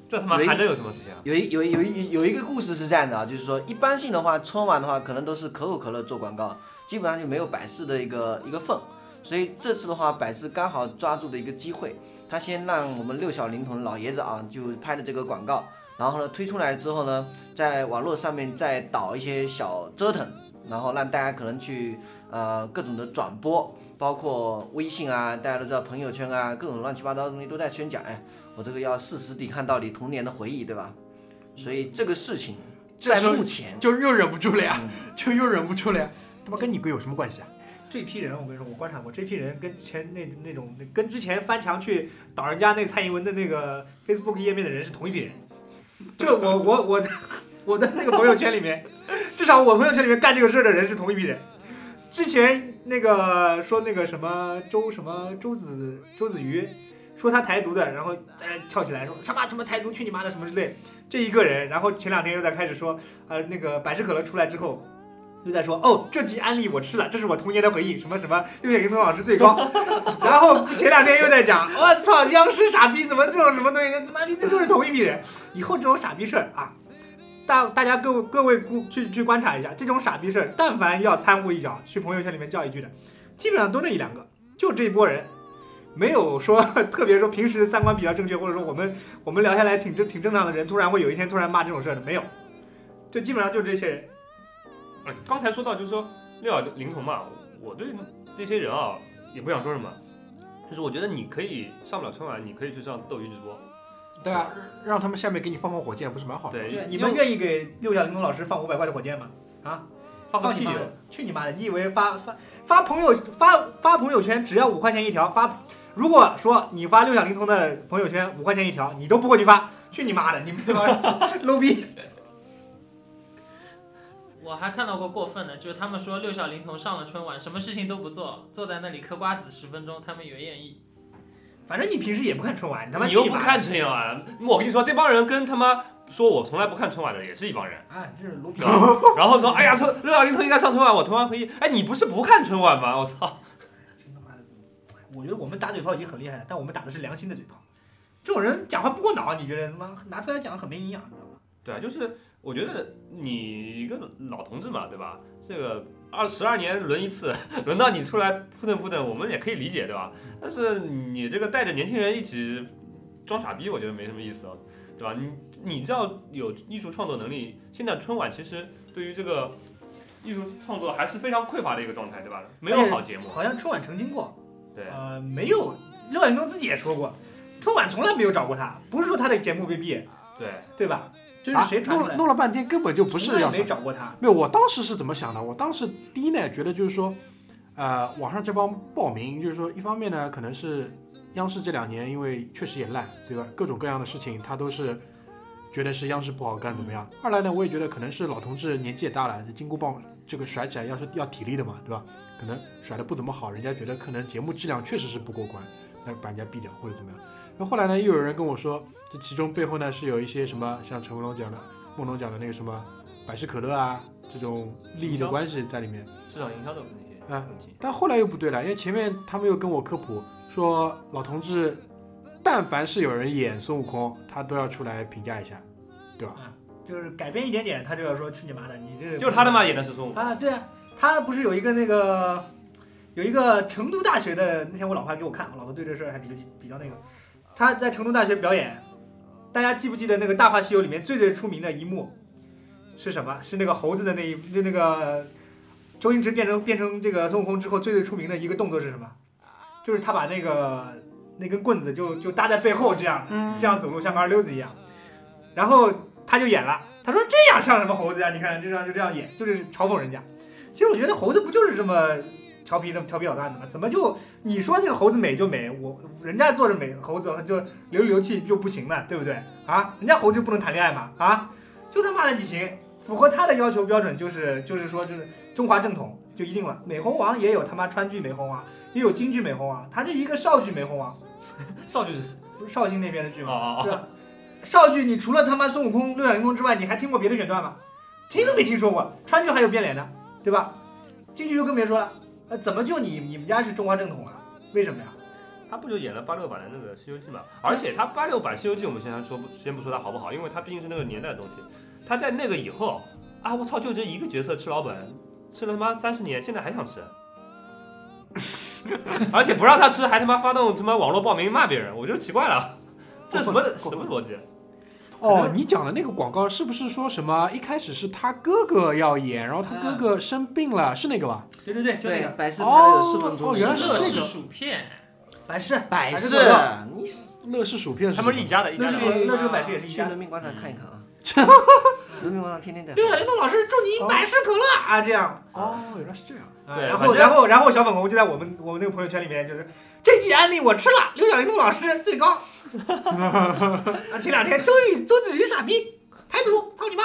Speaker 4: 这他妈
Speaker 1: 喂
Speaker 4: 还能有什么事情啊？
Speaker 1: 有一有一有一有一个故事是这样的啊，就是说一般性的话，春晚的话可能都是可口可乐做广告，基本上就没有百事的一个一个份。所以这次的话，百事刚好抓住了一个机会，他先让我们六小龄童老爷子啊就拍的这个广告，然后呢推出来之后呢，在网络上面再搞一些小折腾，然后让大家可能去呃各种的转播。包括微信啊，大家都知道朋友圈啊，各种乱七八糟的东西都在宣讲。哎，我这个要誓死抵抗到底童年的回忆，对吧？所以这个事情
Speaker 2: 这
Speaker 1: 在
Speaker 2: 时候
Speaker 1: 目前，嗯
Speaker 2: 就又忍不住了呀， 就又忍不住了呀。他妈跟你哥有什么关系啊？
Speaker 3: 这批人，我跟你说，我观察过，这批人跟前那那种跟之前翻墙去倒人家那蔡英文的那个 Facebook 页面的人是同一批人。就我我我我的那个朋友圈里面，至少我朋友圈里面干这个事儿的人是同一批人。之前那个说那个什么周什么周子周子瑜说他台独的，然后在那跳起来说什么什么台独去你妈的什么之类，这一个人，然后前两天又在开始说，呃，那个百事可乐出来之后，就在说哦，这集安利我吃了，这是我童年的回忆，什么什么六点零童老师最高。 然后前两天又在讲，我操，央视傻逼怎么这种什么东西，妈逼这都是同一批人。以后这种傻逼事儿啊，大大家各位各位顾去去观察一下，这种傻逼事儿，但凡要掺和一脚，去朋友圈里面叫一句的，基本上都那一两个，就这一波人。没有说 特别说平时三观比较正确，或者说我们我们聊下来挺正挺正常的人，突然会有一天突然骂这种事儿的，没有，就基本上就这些人。
Speaker 4: 哎刚才说到就是说六小龄童嘛，我对那些人啊也不想说什么，就是我觉得你可以上不了春晚，你可以去上斗鱼直播。
Speaker 2: 对啊，让他们下面给你放放火箭，不是蛮好的吗？
Speaker 4: 对，
Speaker 3: 你们愿意给六小龄童老师放五百块的火箭吗？
Speaker 4: 发放
Speaker 3: 你
Speaker 4: 屁啊
Speaker 3: 妈
Speaker 4: 就
Speaker 3: 的！去你妈的！你以为发发发朋友发发朋友圈只要五块钱一条发？如果说你发六小龄童的朋友圈五块钱一条，你都不会去发，去你妈的！你们 他妈 low 逼！
Speaker 5: 我还看到过过分的，就是他们说六小龄童上了春晚，什么事情都不做，坐在那里嗑瓜子十分钟，他们也愿意。
Speaker 3: 反正你平时也不看春晚，你他妈
Speaker 4: 你又
Speaker 3: 去
Speaker 4: 不
Speaker 3: 妈的
Speaker 4: 看春晚，我跟你说，这帮人跟他妈说我从来不看春晚的也是一帮人，
Speaker 3: 啊？这 是 low 逼
Speaker 4: 对！吧？然后说，哎呀，春六小龄童应该上春晚，我童年回忆，哎，你不是不看春晚吗？我操！
Speaker 3: 真他妈的！我觉得我们打嘴炮已经很厉害了，但我们打的是良心的嘴炮。这种人讲话不过脑，你觉得他妈拿出来讲很没营养，你知道吗？
Speaker 4: 对啊，就是我觉得你一个老同志嘛，对吧？这个二十二年轮一次， 轮到你出来扑腾扑腾，我们也可以理解，对吧？但是你这个带着年轻人一起装傻逼，我觉得没什么意思啊，对吧？你你只要有艺术创作能力，现在春晚其实对于这个艺术创作还是非常匮乏的一个状态，对吧？没
Speaker 3: 哎
Speaker 4: 有好节目，
Speaker 3: 好像春晚澄清过，
Speaker 4: 对。
Speaker 3: 呃，没有，六小龄童自己也说过，春晚从来没有找过他，不是说他的节目被毙，
Speaker 4: 对，
Speaker 3: 对吧？这
Speaker 2: 啊
Speaker 3: 是谁传
Speaker 2: 弄
Speaker 3: 出
Speaker 2: 了
Speaker 3: 来？
Speaker 2: 弄了半天根本就不是要
Speaker 3: 从来没
Speaker 2: 上
Speaker 3: 找过他，
Speaker 2: 没有，我当时是怎么想的？我当时第一呢，觉得就是说，呃，网上这帮报名，就是说，一方面呢，可能是央视这两年因为确实也烂，对吧？各种各样的事情，他都是觉得是央视不好干，怎么样？二来呢，我也觉得可能是老同志年纪也大了，金箍棒这个甩起来要是要体力的嘛，对吧？可能甩的不怎么好，人家觉得可能节目质量确实是不过关，那把人家毙掉或者怎么样。那后来呢，又有人跟我说，这其中背后呢是有一些什么，像陈文龙讲的、孟龙讲的那个什么百事可乐啊这种利益的关系在里面。
Speaker 4: 市场营销的那些
Speaker 2: 啊
Speaker 4: 问题，
Speaker 2: 但后来又不对了，因为前面他们又跟我科普说老同志但凡是有人演孙悟空，他都要出来评价一下。
Speaker 3: 就是改编一点点，他就要说去你妈的，你这
Speaker 4: 就是他他妈演的是孙悟空，
Speaker 3: 啊，对啊，他不是有一个那个有一个成都大学的，那天我老婆还给我看，我老婆对这事儿还比较比较那个，他在成都大学表演，大家记不记得那个《大话西游》里面最最出名的一幕是什么？是那个猴子的那一就那个周星驰变成变成这个孙悟空之后最最出名的一个动作是什么？就是他把那个那根棍子就就搭在背后这样
Speaker 2: 嗯
Speaker 3: 这样走路像个二溜子一样，然后他就演了，他说这样像什么猴子呀、你看这样就这样演，就是嘲讽人家。其实我觉得猴子不就是这么调皮、这么调皮捣蛋的吗？怎么就你说那个猴子美就美，我人家做着美猴子，他就流里流气就不行了，对不对啊？人家猴子就不能谈恋爱嘛啊？就他妈的你行，符合他的要求标准就是就是说就是中华正统就一定了。美猴王也有他妈川剧美猴王，也有京剧美猴王，他这一个绍剧美猴王，
Speaker 4: 少就是
Speaker 3: 不是绍兴那边的剧吗？
Speaker 4: 哦哦
Speaker 3: 对，少剧，你除了他妈孙悟空、六小龄童之外，你还听过别的选段吗？听都没听说过。川剧还有变脸的，对吧？京剧就更别说了。呃，怎么就你你们家是中华正统啊？为什么呀？
Speaker 4: 他不就演了八六版的那个《西游记》嘛？而且他八六版《西游记》，我们先说不先不说它好不好，因为它毕竟是那个年代的东西。他在那个以后啊，我操，就这一个角色吃老本，吃了他妈三十年，现在还想吃， 而且不让他吃，还他妈发动他妈网络暴民骂别人，我就奇怪了，这什么
Speaker 2: 过分
Speaker 4: 什么逻辑？
Speaker 2: 哦，你讲的那个广告是不是说什么一开始是他哥哥要演，然后他哥哥生病了，是那个吧？
Speaker 3: 对对对，就那
Speaker 1: 对
Speaker 3: 个，
Speaker 1: 百事拍
Speaker 2: 哦
Speaker 1: 了四分钟
Speaker 2: 哦
Speaker 1: 的视频，
Speaker 2: 原来是
Speaker 5: 乐
Speaker 2: 这
Speaker 5: 事
Speaker 2: 个
Speaker 5: 薯片，
Speaker 3: 百事，
Speaker 1: 百
Speaker 3: 事
Speaker 1: 事
Speaker 3: 广告，
Speaker 1: 你
Speaker 2: 乐事薯片是
Speaker 4: 他们是一家的，一
Speaker 3: 那是
Speaker 4: 家的。
Speaker 3: 个那是个百事也是一
Speaker 1: 去
Speaker 3: 家的。
Speaker 1: 人民广场看一看啊， 人民广场天天在。
Speaker 3: 六小龄童老师祝
Speaker 1: 哦
Speaker 3: 你百事可乐啊，这样。
Speaker 2: 哦，原来是这样。
Speaker 3: 啊
Speaker 4: 对
Speaker 3: 然
Speaker 4: 反
Speaker 3: 后
Speaker 4: 正
Speaker 3: 然后然后小粉红就在我们我们那个朋友圈里面就是。这期案例我吃了，六小龄童老师最 高。啊，前两天周瑜周子瑜傻逼，台独，操你妈！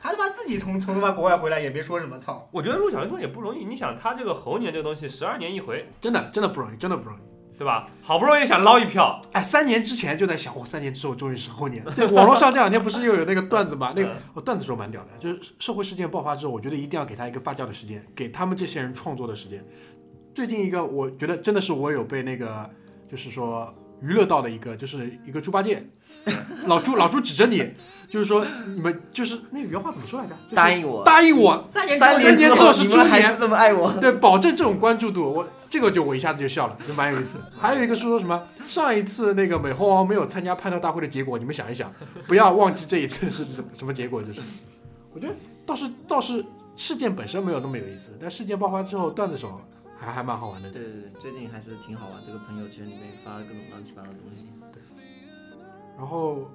Speaker 3: 他他妈自己从从他妈国外回来也别说什么操，
Speaker 4: 我觉得陆小龄童也不容易，你想他这个猴年这个东西，十二年一回，
Speaker 2: 真的真的不容易，真的不容易。
Speaker 4: 对吧？好不容易想捞一票，
Speaker 2: 哎，三年之前就在想，我、三年之后终于是后年。对，网络上这两天不是又有那个段子嘛？那个
Speaker 4: 嗯
Speaker 2: 我、段子说蛮屌的，就是社会事件爆发之后，我觉得一定要给他一个发酵的时间，给他们这些人创作的时间。最近一个，我觉得真的是我有被那个，就是说娱乐到的一个，就是一个猪八戒，老猪老猪指着你，就是说你们就是那个原话怎么说来着？就是
Speaker 1: 答应我，
Speaker 2: 答应我，
Speaker 3: 三年之
Speaker 1: 三
Speaker 3: 后
Speaker 1: 年
Speaker 2: 年
Speaker 1: 之
Speaker 2: 之后
Speaker 1: 后
Speaker 2: 是
Speaker 1: 你
Speaker 2: 猪
Speaker 1: 们还
Speaker 2: 年
Speaker 1: 是这么爱我。
Speaker 2: 对，保证这种关注度，我这个就我一下子就笑了，就蛮有意思。还有一个说什么上一次那个美猴王没有参加叛道大会的结果，你们想一想，不要忘记这一次是什么什么结果，就是我觉得倒是倒是事件本身没有那么有意思，但事件爆发之后，段子手还还蛮好玩的。
Speaker 1: 对对对，最近还是挺好玩，这个朋友圈里面发了各种乱七八糟的东西。
Speaker 2: 然后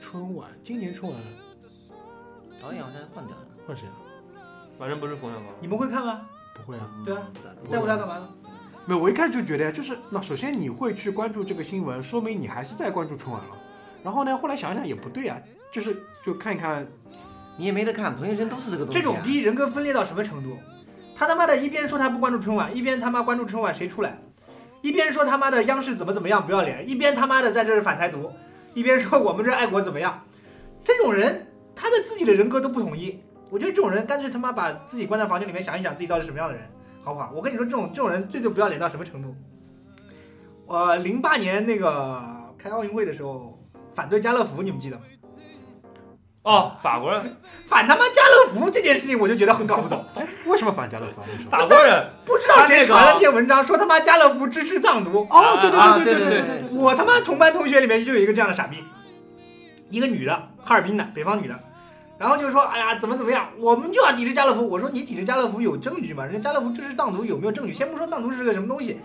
Speaker 2: 春晚，今年春晚
Speaker 1: 导演好像换掉了，
Speaker 2: 换谁啊？
Speaker 4: 反正不是冯小刚。
Speaker 3: 你们会看吗？
Speaker 2: 不会啊，
Speaker 3: 对啊，
Speaker 1: 嗯
Speaker 3: 在乎他干嘛呢？
Speaker 2: 没有，我一看就觉得呀，就是那首先你会去关注这个新闻，说明你还是在关注春晚了。然后呢，后来想一想也不对啊，就是就看一看
Speaker 1: 你也没得看，朋友圈都是这个东西、
Speaker 3: 这
Speaker 1: 啊。
Speaker 3: 种逼人格分裂到什么程度？他他妈的一边说他不关注春晚，一边他妈关注春晚谁出来，一边说他妈的央视怎么怎么样不要脸，一边他妈的在这儿反台独，一边说我们这爱国怎么样，这种人他的自己的人格都不统一，我觉得这种人干脆他妈把自己关在房间里面想一想自己到底是什么样的人，好不好？我跟你说，这种这种人最最不要脸到什么程度？呃，零八年那个开奥运会的时候，反对家乐福，你们记得吗？
Speaker 4: 哦，法国人，
Speaker 3: 反他妈家乐福这件事情，我就觉得很搞不懂。
Speaker 2: 哦为什么反家乐福啊？你说？
Speaker 4: 法国人，
Speaker 3: 不知道谁传了篇文章，说他妈家乐福支持藏独。
Speaker 2: 哦，对
Speaker 4: 啊
Speaker 2: 对
Speaker 1: 对
Speaker 2: 对对
Speaker 1: 对
Speaker 2: 对
Speaker 1: 对
Speaker 2: 对，
Speaker 1: 是
Speaker 3: 我他妈同班同学里面就有一个这样的傻逼，一个女的，哈尔滨的，北方女的，然后就说，哎呀，怎么怎么样，我们就要抵制家乐福。我说你抵制家乐福有证据吗？人家家乐福支持藏独有没有证据？先不说藏独是个什么东西，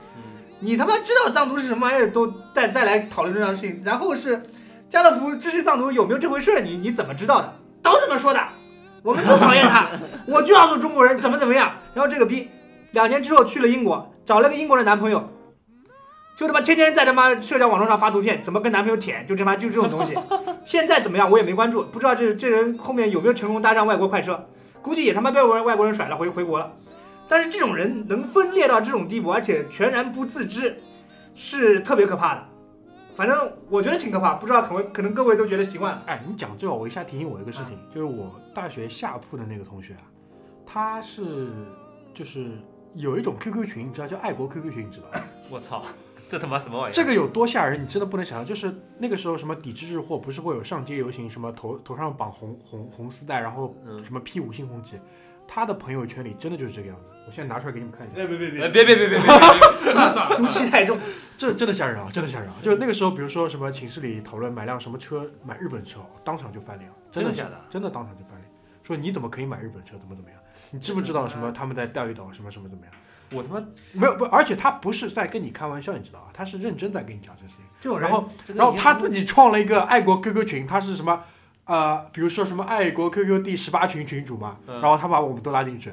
Speaker 3: 你他妈知道藏独是什么玩意儿，都再再来讨论这样的事情。然后是家乐福支持藏独有没有这回事儿？你你怎么知道的？都怎么说的？我们都讨厌他，我就要做中国人，怎么怎么样？然后这个逼，两年之后去了英国，找了个英国的男朋友，就他妈天天在他妈社交网络上发图片，怎么跟男朋友舔，就他妈就这种东西。现在怎么样我也没关注，不知道这这人后面有没有成功搭上外国快车，估计也他妈被外外国人甩了回回国了。但是这种人能分裂到这种地步，而且全然不自知，是特别可怕的。反正我觉得挺可怕，不知道可能可能各位都觉得习惯了。
Speaker 2: 哎，你讲这个，我一下提醒我一个事情，就是我大学下铺的那个同学啊，他哎是就是有一种 QQ 群，你知道叫爱国 QQ 群，你知道吧？
Speaker 4: 我操， 这他妈什么玩意儿？
Speaker 2: 这个有多吓人，你真的不能想象。就是那个时候，什么抵制日货，不是会有上街游行，什么头头上绑红红红丝带，然后
Speaker 4: 嗯
Speaker 2: 什么披五星红旗，他的朋友圈里真的就是这个样子。我现在拿出来给你们看一下，
Speaker 3: 别别别
Speaker 4: 哎，别别别别别别别！
Speaker 3: 算了算了，毒气太重。
Speaker 2: 这真的吓人啊，真的吓人啊！就是那个时候，比如说什么寝室里讨论买辆什么车，买日本车，当场就翻脸，真的
Speaker 4: 真的假
Speaker 2: 是
Speaker 4: 的
Speaker 2: 真的当场就翻脸，说你怎么可以买日本车，怎么怎么样？你知不知道什
Speaker 3: 嗯
Speaker 2: 么他们在钓鱼岛什么什么怎么样？
Speaker 4: 我他妈
Speaker 2: 没有不，而且他不是在跟你开玩笑，你知道吧？他是认真在跟你讲这些。
Speaker 3: 这种人
Speaker 2: 然后然后他自己创了一个爱国 QQ 群，他是什么？呃，比如说什么爱国 QQ 第十八群群主嘛，
Speaker 4: 嗯
Speaker 2: 然后他把我们都拉进去，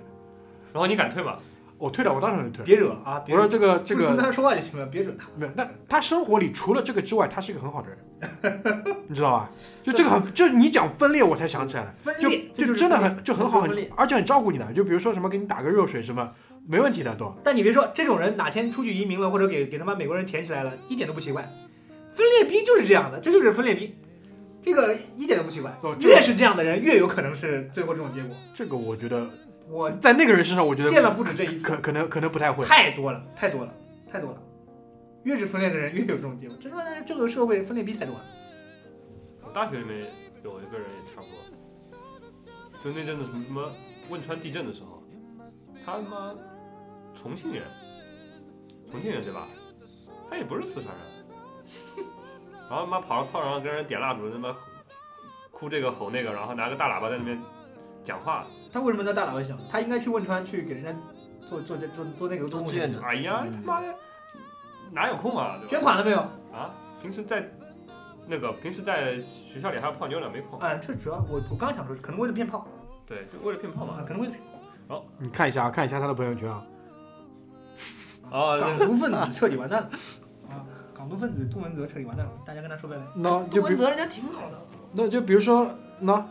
Speaker 4: 然后你敢退吗？
Speaker 2: 我退了，我当场就退了。
Speaker 3: 别惹啊！别
Speaker 2: 我说
Speaker 3: 惹
Speaker 2: 这个这
Speaker 3: 不跟
Speaker 2: 个
Speaker 3: 他说话就行了，别惹他。
Speaker 2: 没有，那他生活里除了这个之外，他是一个很好的人， 你知道吧？就这个很，就是你讲分裂，我才想起来了，
Speaker 3: 分
Speaker 2: 就
Speaker 3: 裂，这
Speaker 2: 就是真的
Speaker 3: 分裂
Speaker 2: 很就很好，
Speaker 3: 分裂
Speaker 2: 很而且很照顾你的。就比如说什么给你打个热水什么，没问题的都。
Speaker 3: 但你别说，这种人哪天出去移民了，或者给给他妈美国人舔起来了，一点都不奇怪。分裂逼就是这样的，这就是分裂逼，这个一点都不奇怪
Speaker 2: 哦。这个
Speaker 3: 越是这样的人，越有可能是最后这种结果。
Speaker 2: 这个我觉得
Speaker 3: 我
Speaker 2: 在那个人身上，我觉
Speaker 3: 见
Speaker 2: 得
Speaker 3: 了不止这一次，
Speaker 2: 可可能可能不太会。
Speaker 3: 太多了，太多了，太多了。越是分裂的人，越有这种结果。这个这个社会分裂逼太多了。
Speaker 4: 我大学里面有一个人也差不多，就那阵子什么什么汶川地震的时候，他他妈重庆人，重庆人对吧？他也不是四川人， 然后他妈跑到操场上跟人点蜡烛，他妈哭这个吼那个，然后拿个大喇叭在那边讲话。
Speaker 3: 他为什么在大喇叭响？他应该去汶川去给人家做做做做做那个做
Speaker 1: 做
Speaker 3: 贡
Speaker 1: 志愿
Speaker 3: 献。
Speaker 1: 者，
Speaker 4: 哎呀，他妈的哪有空啊？对
Speaker 3: 捐
Speaker 4: 吧？
Speaker 3: 款了没有？
Speaker 4: 啊，平时在那个平时在学校里还要泡妞呢，没空。
Speaker 3: 啊，这主要我我刚想说，可能为了骗炮
Speaker 4: 对，就为了骗炮
Speaker 3: 啊
Speaker 4: 嘛。，
Speaker 3: 可能为了
Speaker 2: 你看一下啊，看一下他的朋友圈啊，
Speaker 4: 哦，那
Speaker 3: 港
Speaker 4: 个
Speaker 3: 独分子彻底完蛋了。啊，港独分子杜文泽彻底完蛋了，大家跟他说拜拜。
Speaker 2: 那
Speaker 1: 杜
Speaker 2: 就比
Speaker 1: 文
Speaker 2: 如
Speaker 1: 泽人家挺好的，
Speaker 2: 那就比如说那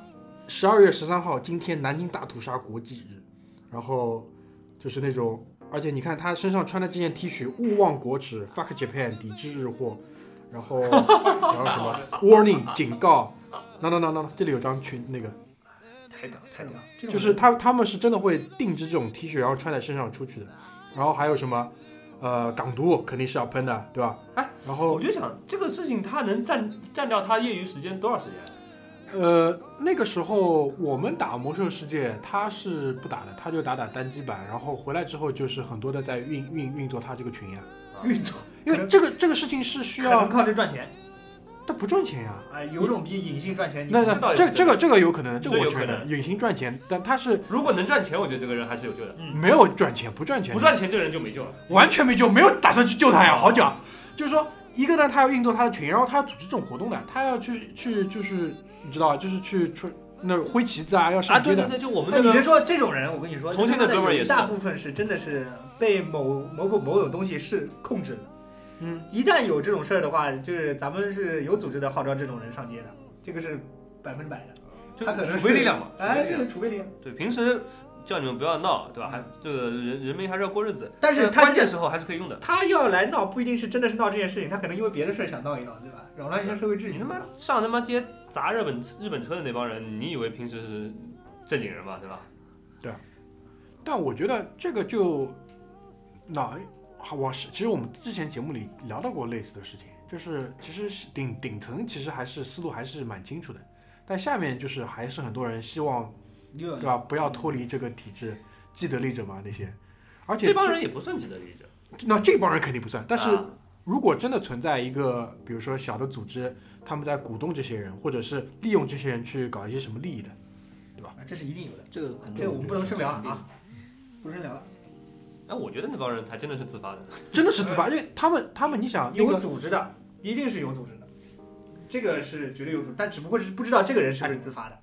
Speaker 2: 十二月十三号，今天南京大屠杀国际日，然后就是那种，而且你看他身上穿的这件 T 恤，勿忘国耻，fuck Japan，抵制日货，然后然后什么 warning 警告。no no no no，no，这里有张群，那个
Speaker 3: 太屌太屌，这种
Speaker 2: 就是他他们是真的会定制这种 T 恤，然后穿在身上出去的。然后还有什么，呃，港独肯定是要喷的，对吧？
Speaker 4: 哎，
Speaker 2: 然
Speaker 4: 我
Speaker 2: 后
Speaker 4: 就想这个事情，它能占占掉他业余时间多少时间？
Speaker 2: 呃，那个时候我们打魔兽世界，他是不打的，他就打打单机版，然后回来之后就是很多的在运运运作他这个群呀，
Speaker 3: 运作
Speaker 2: 因
Speaker 3: 可
Speaker 2: 为
Speaker 3: 能
Speaker 2: 这个这个事情是需
Speaker 3: 可能
Speaker 2: 要，
Speaker 3: 靠这赚钱
Speaker 2: 他不赚钱呀。
Speaker 3: 啊，有种逼隐性赚钱，你哎
Speaker 2: 那
Speaker 4: 知
Speaker 2: 那
Speaker 4: 道也
Speaker 2: 这
Speaker 4: 是
Speaker 2: 这个这个有可能，这个
Speaker 4: 这
Speaker 2: 我
Speaker 4: 有
Speaker 2: 承
Speaker 4: 可
Speaker 2: 认，
Speaker 4: 能
Speaker 2: 隐形赚钱，但他是
Speaker 4: 如果能赚钱，我觉得这个人还是有救的。
Speaker 2: 没有赚钱，不赚钱，
Speaker 4: 不赚钱，这个人就没救了。
Speaker 2: 完全没救，没有打算去救他呀，好讲。就是说，一个呢，他要运作他的群，然后他要组织这种活动的，他要去去就是你知道，就是去吹那挥旗子啊，要上街的。
Speaker 4: 对，就我
Speaker 3: 那你别说这种人，我跟你说，
Speaker 4: 重庆的哥们儿也是
Speaker 3: 大部分是真的是被某某某某种东西是控制的。
Speaker 2: 嗯，
Speaker 3: 一旦有这种事儿的话，就是咱们是有组织的号召这种人上街的，这个是百分之百的。
Speaker 4: 就
Speaker 3: 他可能是
Speaker 4: 储备力量嘛。
Speaker 3: 哎，这个储备力量。
Speaker 4: 对，平时叫你们不要闹，对吧？还这个人人民还是要过日子，
Speaker 3: 但是他
Speaker 4: 呃关键时候还是可以用的。
Speaker 3: 他要来闹，不一定是真的是闹这件事情，他可能因为别的事儿想闹一闹，对吧？扰乱一下社会秩序。
Speaker 4: 你他妈上他妈街砸日本日本车的那帮人，你以为平时是正经人吗？对吧？
Speaker 2: 但我觉得这个就那我是其实我们之前节目里聊到过类似的事情，就是其实是顶顶层其实还是思路还是蛮清楚的，但下面就是还是很多人希望
Speaker 3: 又要
Speaker 2: 对吧，不要脱离这个体制，既得利者嘛那些，而且
Speaker 4: 这帮人也不算既得利益者。
Speaker 2: 那这帮人肯定不算，但是
Speaker 4: 啊
Speaker 2: 如果真的存在一个，比如说小的组织，他们在鼓动这些人，或者是利用这些人去搞一些什么利益的，
Speaker 3: 啊这是一定有的，
Speaker 1: 这个肯定
Speaker 3: 这个我们不能深聊了啊，不深聊了。
Speaker 4: 哎，我觉得那帮人才真的是自 发的。
Speaker 2: 真的是自发，因为他们他们你想啊那
Speaker 3: 有
Speaker 2: 个
Speaker 3: 组织的，一定是有组织的，这个是绝对有组织，但只不过是不知道这个人是不是自发的。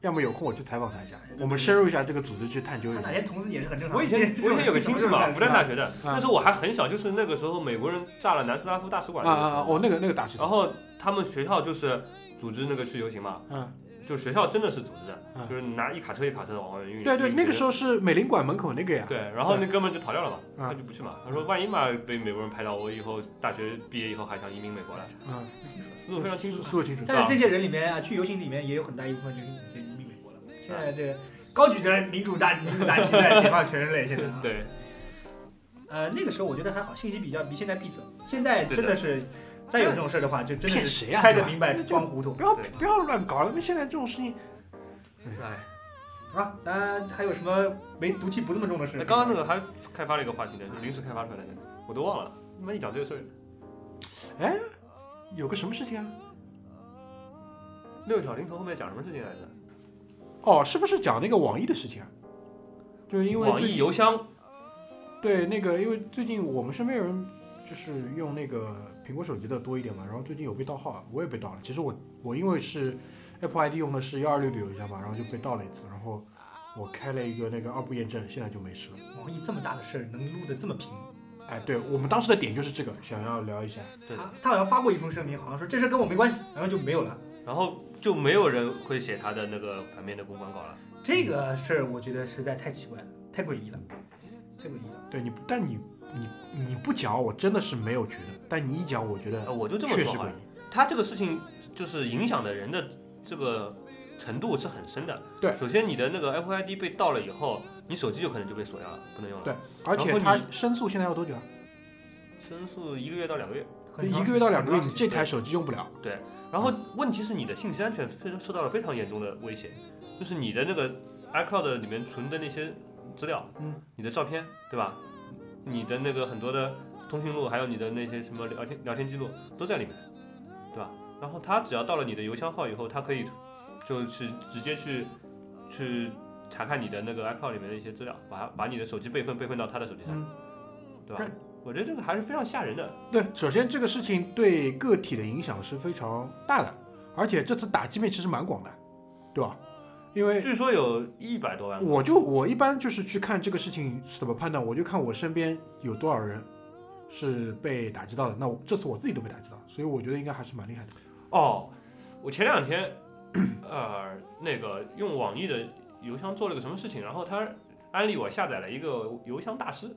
Speaker 2: 要么有空我去采访他一下，哎我们深入一下这个组织去探究一
Speaker 3: 他
Speaker 2: 下
Speaker 3: 哪。天同时也是很正常的。
Speaker 4: 我以前我以前有个亲戚 嘛，复旦大
Speaker 3: 学
Speaker 4: 学的，
Speaker 2: 嗯啊
Speaker 4: 那时候我还很小，就是那个时候美国人炸了南斯拉夫大使馆
Speaker 2: 啊
Speaker 4: 那个
Speaker 2: 啊
Speaker 4: 时
Speaker 2: 啊！
Speaker 4: 候，
Speaker 2: 哦，那个那个大师，
Speaker 4: 然后他们学校就是组织那个去游行嘛，
Speaker 2: 嗯，
Speaker 4: 就学校真的是组织的，
Speaker 2: 嗯
Speaker 4: 就是拿一卡车一卡车的往外面运。
Speaker 2: 对对，
Speaker 4: 运
Speaker 2: 那个时
Speaker 4: 候。
Speaker 2: 候是美领馆门口那个呀。
Speaker 4: 对，然后那哥们就逃掉了嘛，
Speaker 2: 嗯
Speaker 4: 他就不去嘛。他说万一嘛被美国人拍到，我以后大学毕业以后还想移民美国来，
Speaker 2: 嗯，
Speaker 4: 思路非常清楚。
Speaker 2: 思路清楚。
Speaker 3: 但是这些人里面啊，去游行里面也有很大一部分就是已经移民美国了。现
Speaker 2: 嗯
Speaker 3: 在这个高举着民主大民主大旗在解放全人类，现在啊。
Speaker 4: 对，
Speaker 3: 呃，那个时候我觉得还好，信息比较比现在闭塞。现在真的是，再有这种事儿的话，就真的
Speaker 2: 骗
Speaker 3: 是
Speaker 2: 谁啊
Speaker 3: 揣
Speaker 2: 对
Speaker 3: 着
Speaker 2: 吧
Speaker 3: 明白装糊涂
Speaker 2: 不要
Speaker 4: 对
Speaker 2: 不要乱搞了，因为现在这种事情，
Speaker 4: 哎，
Speaker 3: 啊。当然还有什么没毒气不那么重的事？
Speaker 4: 那刚刚那个还开发了一个话题呢，就临时开发出来的，我都忘了。他妈一讲这个事儿，
Speaker 2: 有个什么事情啊？
Speaker 4: 六小龄童后面讲什么事情来着？
Speaker 2: 哦，是不是讲那个网易的事情啊？就是因为
Speaker 4: 网
Speaker 2: 最
Speaker 4: 易邮箱
Speaker 2: 对那个，因为最近我们身边有人就是用那个苹果手机的多一点嘛，然后最近有被盗号，我也被盗了。其实我我因为是 Apple ID 用的是幺二六六邮箱嘛，然后就被盗了一次，然后我开了一个那个二步验证，现在就没事了。
Speaker 3: 网易这么大的事儿能录的这么平，
Speaker 2: 哎，对我们当时的点就是这个，想要聊一下。
Speaker 4: 对
Speaker 3: 他啊他好像发过一封声明，好像说这事跟我没关系，然后就没有了。
Speaker 4: 然后就没有人会写他的那个反面的公关稿了。
Speaker 3: 这个事儿我觉得实在太奇怪了，太诡异了，太诡异了。
Speaker 2: 对你不，但你你你不讲，我真的是没有觉得，但你一讲，我觉得
Speaker 4: 呃，我就这么
Speaker 2: 确
Speaker 4: 说
Speaker 2: 实
Speaker 4: 好
Speaker 2: 诡
Speaker 4: 了
Speaker 2: 异。。
Speaker 4: 他这个事情就是影响的人的这个程度是很深的。
Speaker 2: 对
Speaker 4: 首先你的那个 Apple ID 被盗了以后，你手机就可能就被锁掉了，不能用了。
Speaker 2: 对，而
Speaker 4: 然后
Speaker 2: 且
Speaker 4: 你
Speaker 2: 他申诉现在要多久啊？
Speaker 4: 申诉一个月到两个月。
Speaker 3: 很
Speaker 2: 一
Speaker 3: 长
Speaker 2: 个月到两个月，
Speaker 3: 很
Speaker 2: 你
Speaker 3: 长时
Speaker 2: 这
Speaker 3: 间
Speaker 2: 台手机用不了。
Speaker 4: 然后问题是你的信息安全非受到了非常严重的威胁，就是你的那个 iCloud 里面存的那些资料，
Speaker 2: 嗯，
Speaker 4: 你的照片，对吧？你的那个很多的通讯录，还有你的那些什么聊天聊天记录都在里面，对吧？然后他只要到了你的邮箱号以后，他可以就是直接去去查看你的那个 iCloud 里面的一些资料，把把你的手机备份备份到他的手机上，
Speaker 2: 嗯
Speaker 4: 对吧？我觉得这个还是非常吓人的，
Speaker 2: 对，首先这个事情对个体的影响是非常大的，而且这次打击面其实蛮广的，对吧？因为
Speaker 4: 据说有一百多万个。
Speaker 2: 我就我一般就是去看这个事情是怎么判断，我就看我身边有多少人是被打击到的。那我这次我自己都被打击到，所以我觉得应该还是蛮厉害的。
Speaker 4: 哦，我前两天， 呃，那个用网易的邮箱做了个什么事情，然后他安利我下载了一个邮箱大师，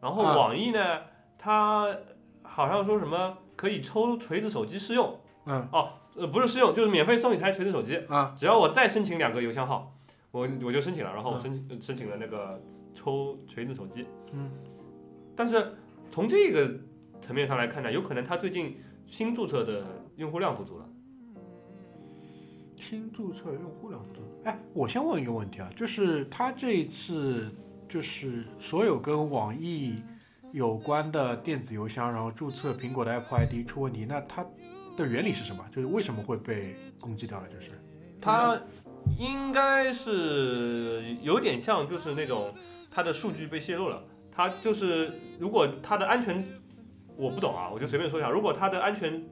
Speaker 4: 然后
Speaker 2: 啊
Speaker 4: 网易呢，它好像说什么可以抽锤子手机试用，
Speaker 2: 嗯
Speaker 4: 呃，不是试用，就是免费送一台锤子手机，
Speaker 2: 啊，
Speaker 4: 只要我再申请两个邮箱号，我我就申请了，然后我申请、申请了那个抽锤子手机。
Speaker 2: 嗯，
Speaker 4: 但是从这个层面上来看呢，有可能他最近新注册的用户量不足了。
Speaker 2: 新注册用户量不多。哎，我先问一个问题啊，就是他这一次就是所有跟网易有关的电子邮箱，然后注册苹果的 Apple ID 出问题，那它的原理是什么？就是为什么会被攻击掉了？就是
Speaker 4: 它应该是有点像，就是那种它的数据被泄露了。它就是如果它的安全，我不懂啊，我就随便说一下。如果它的安全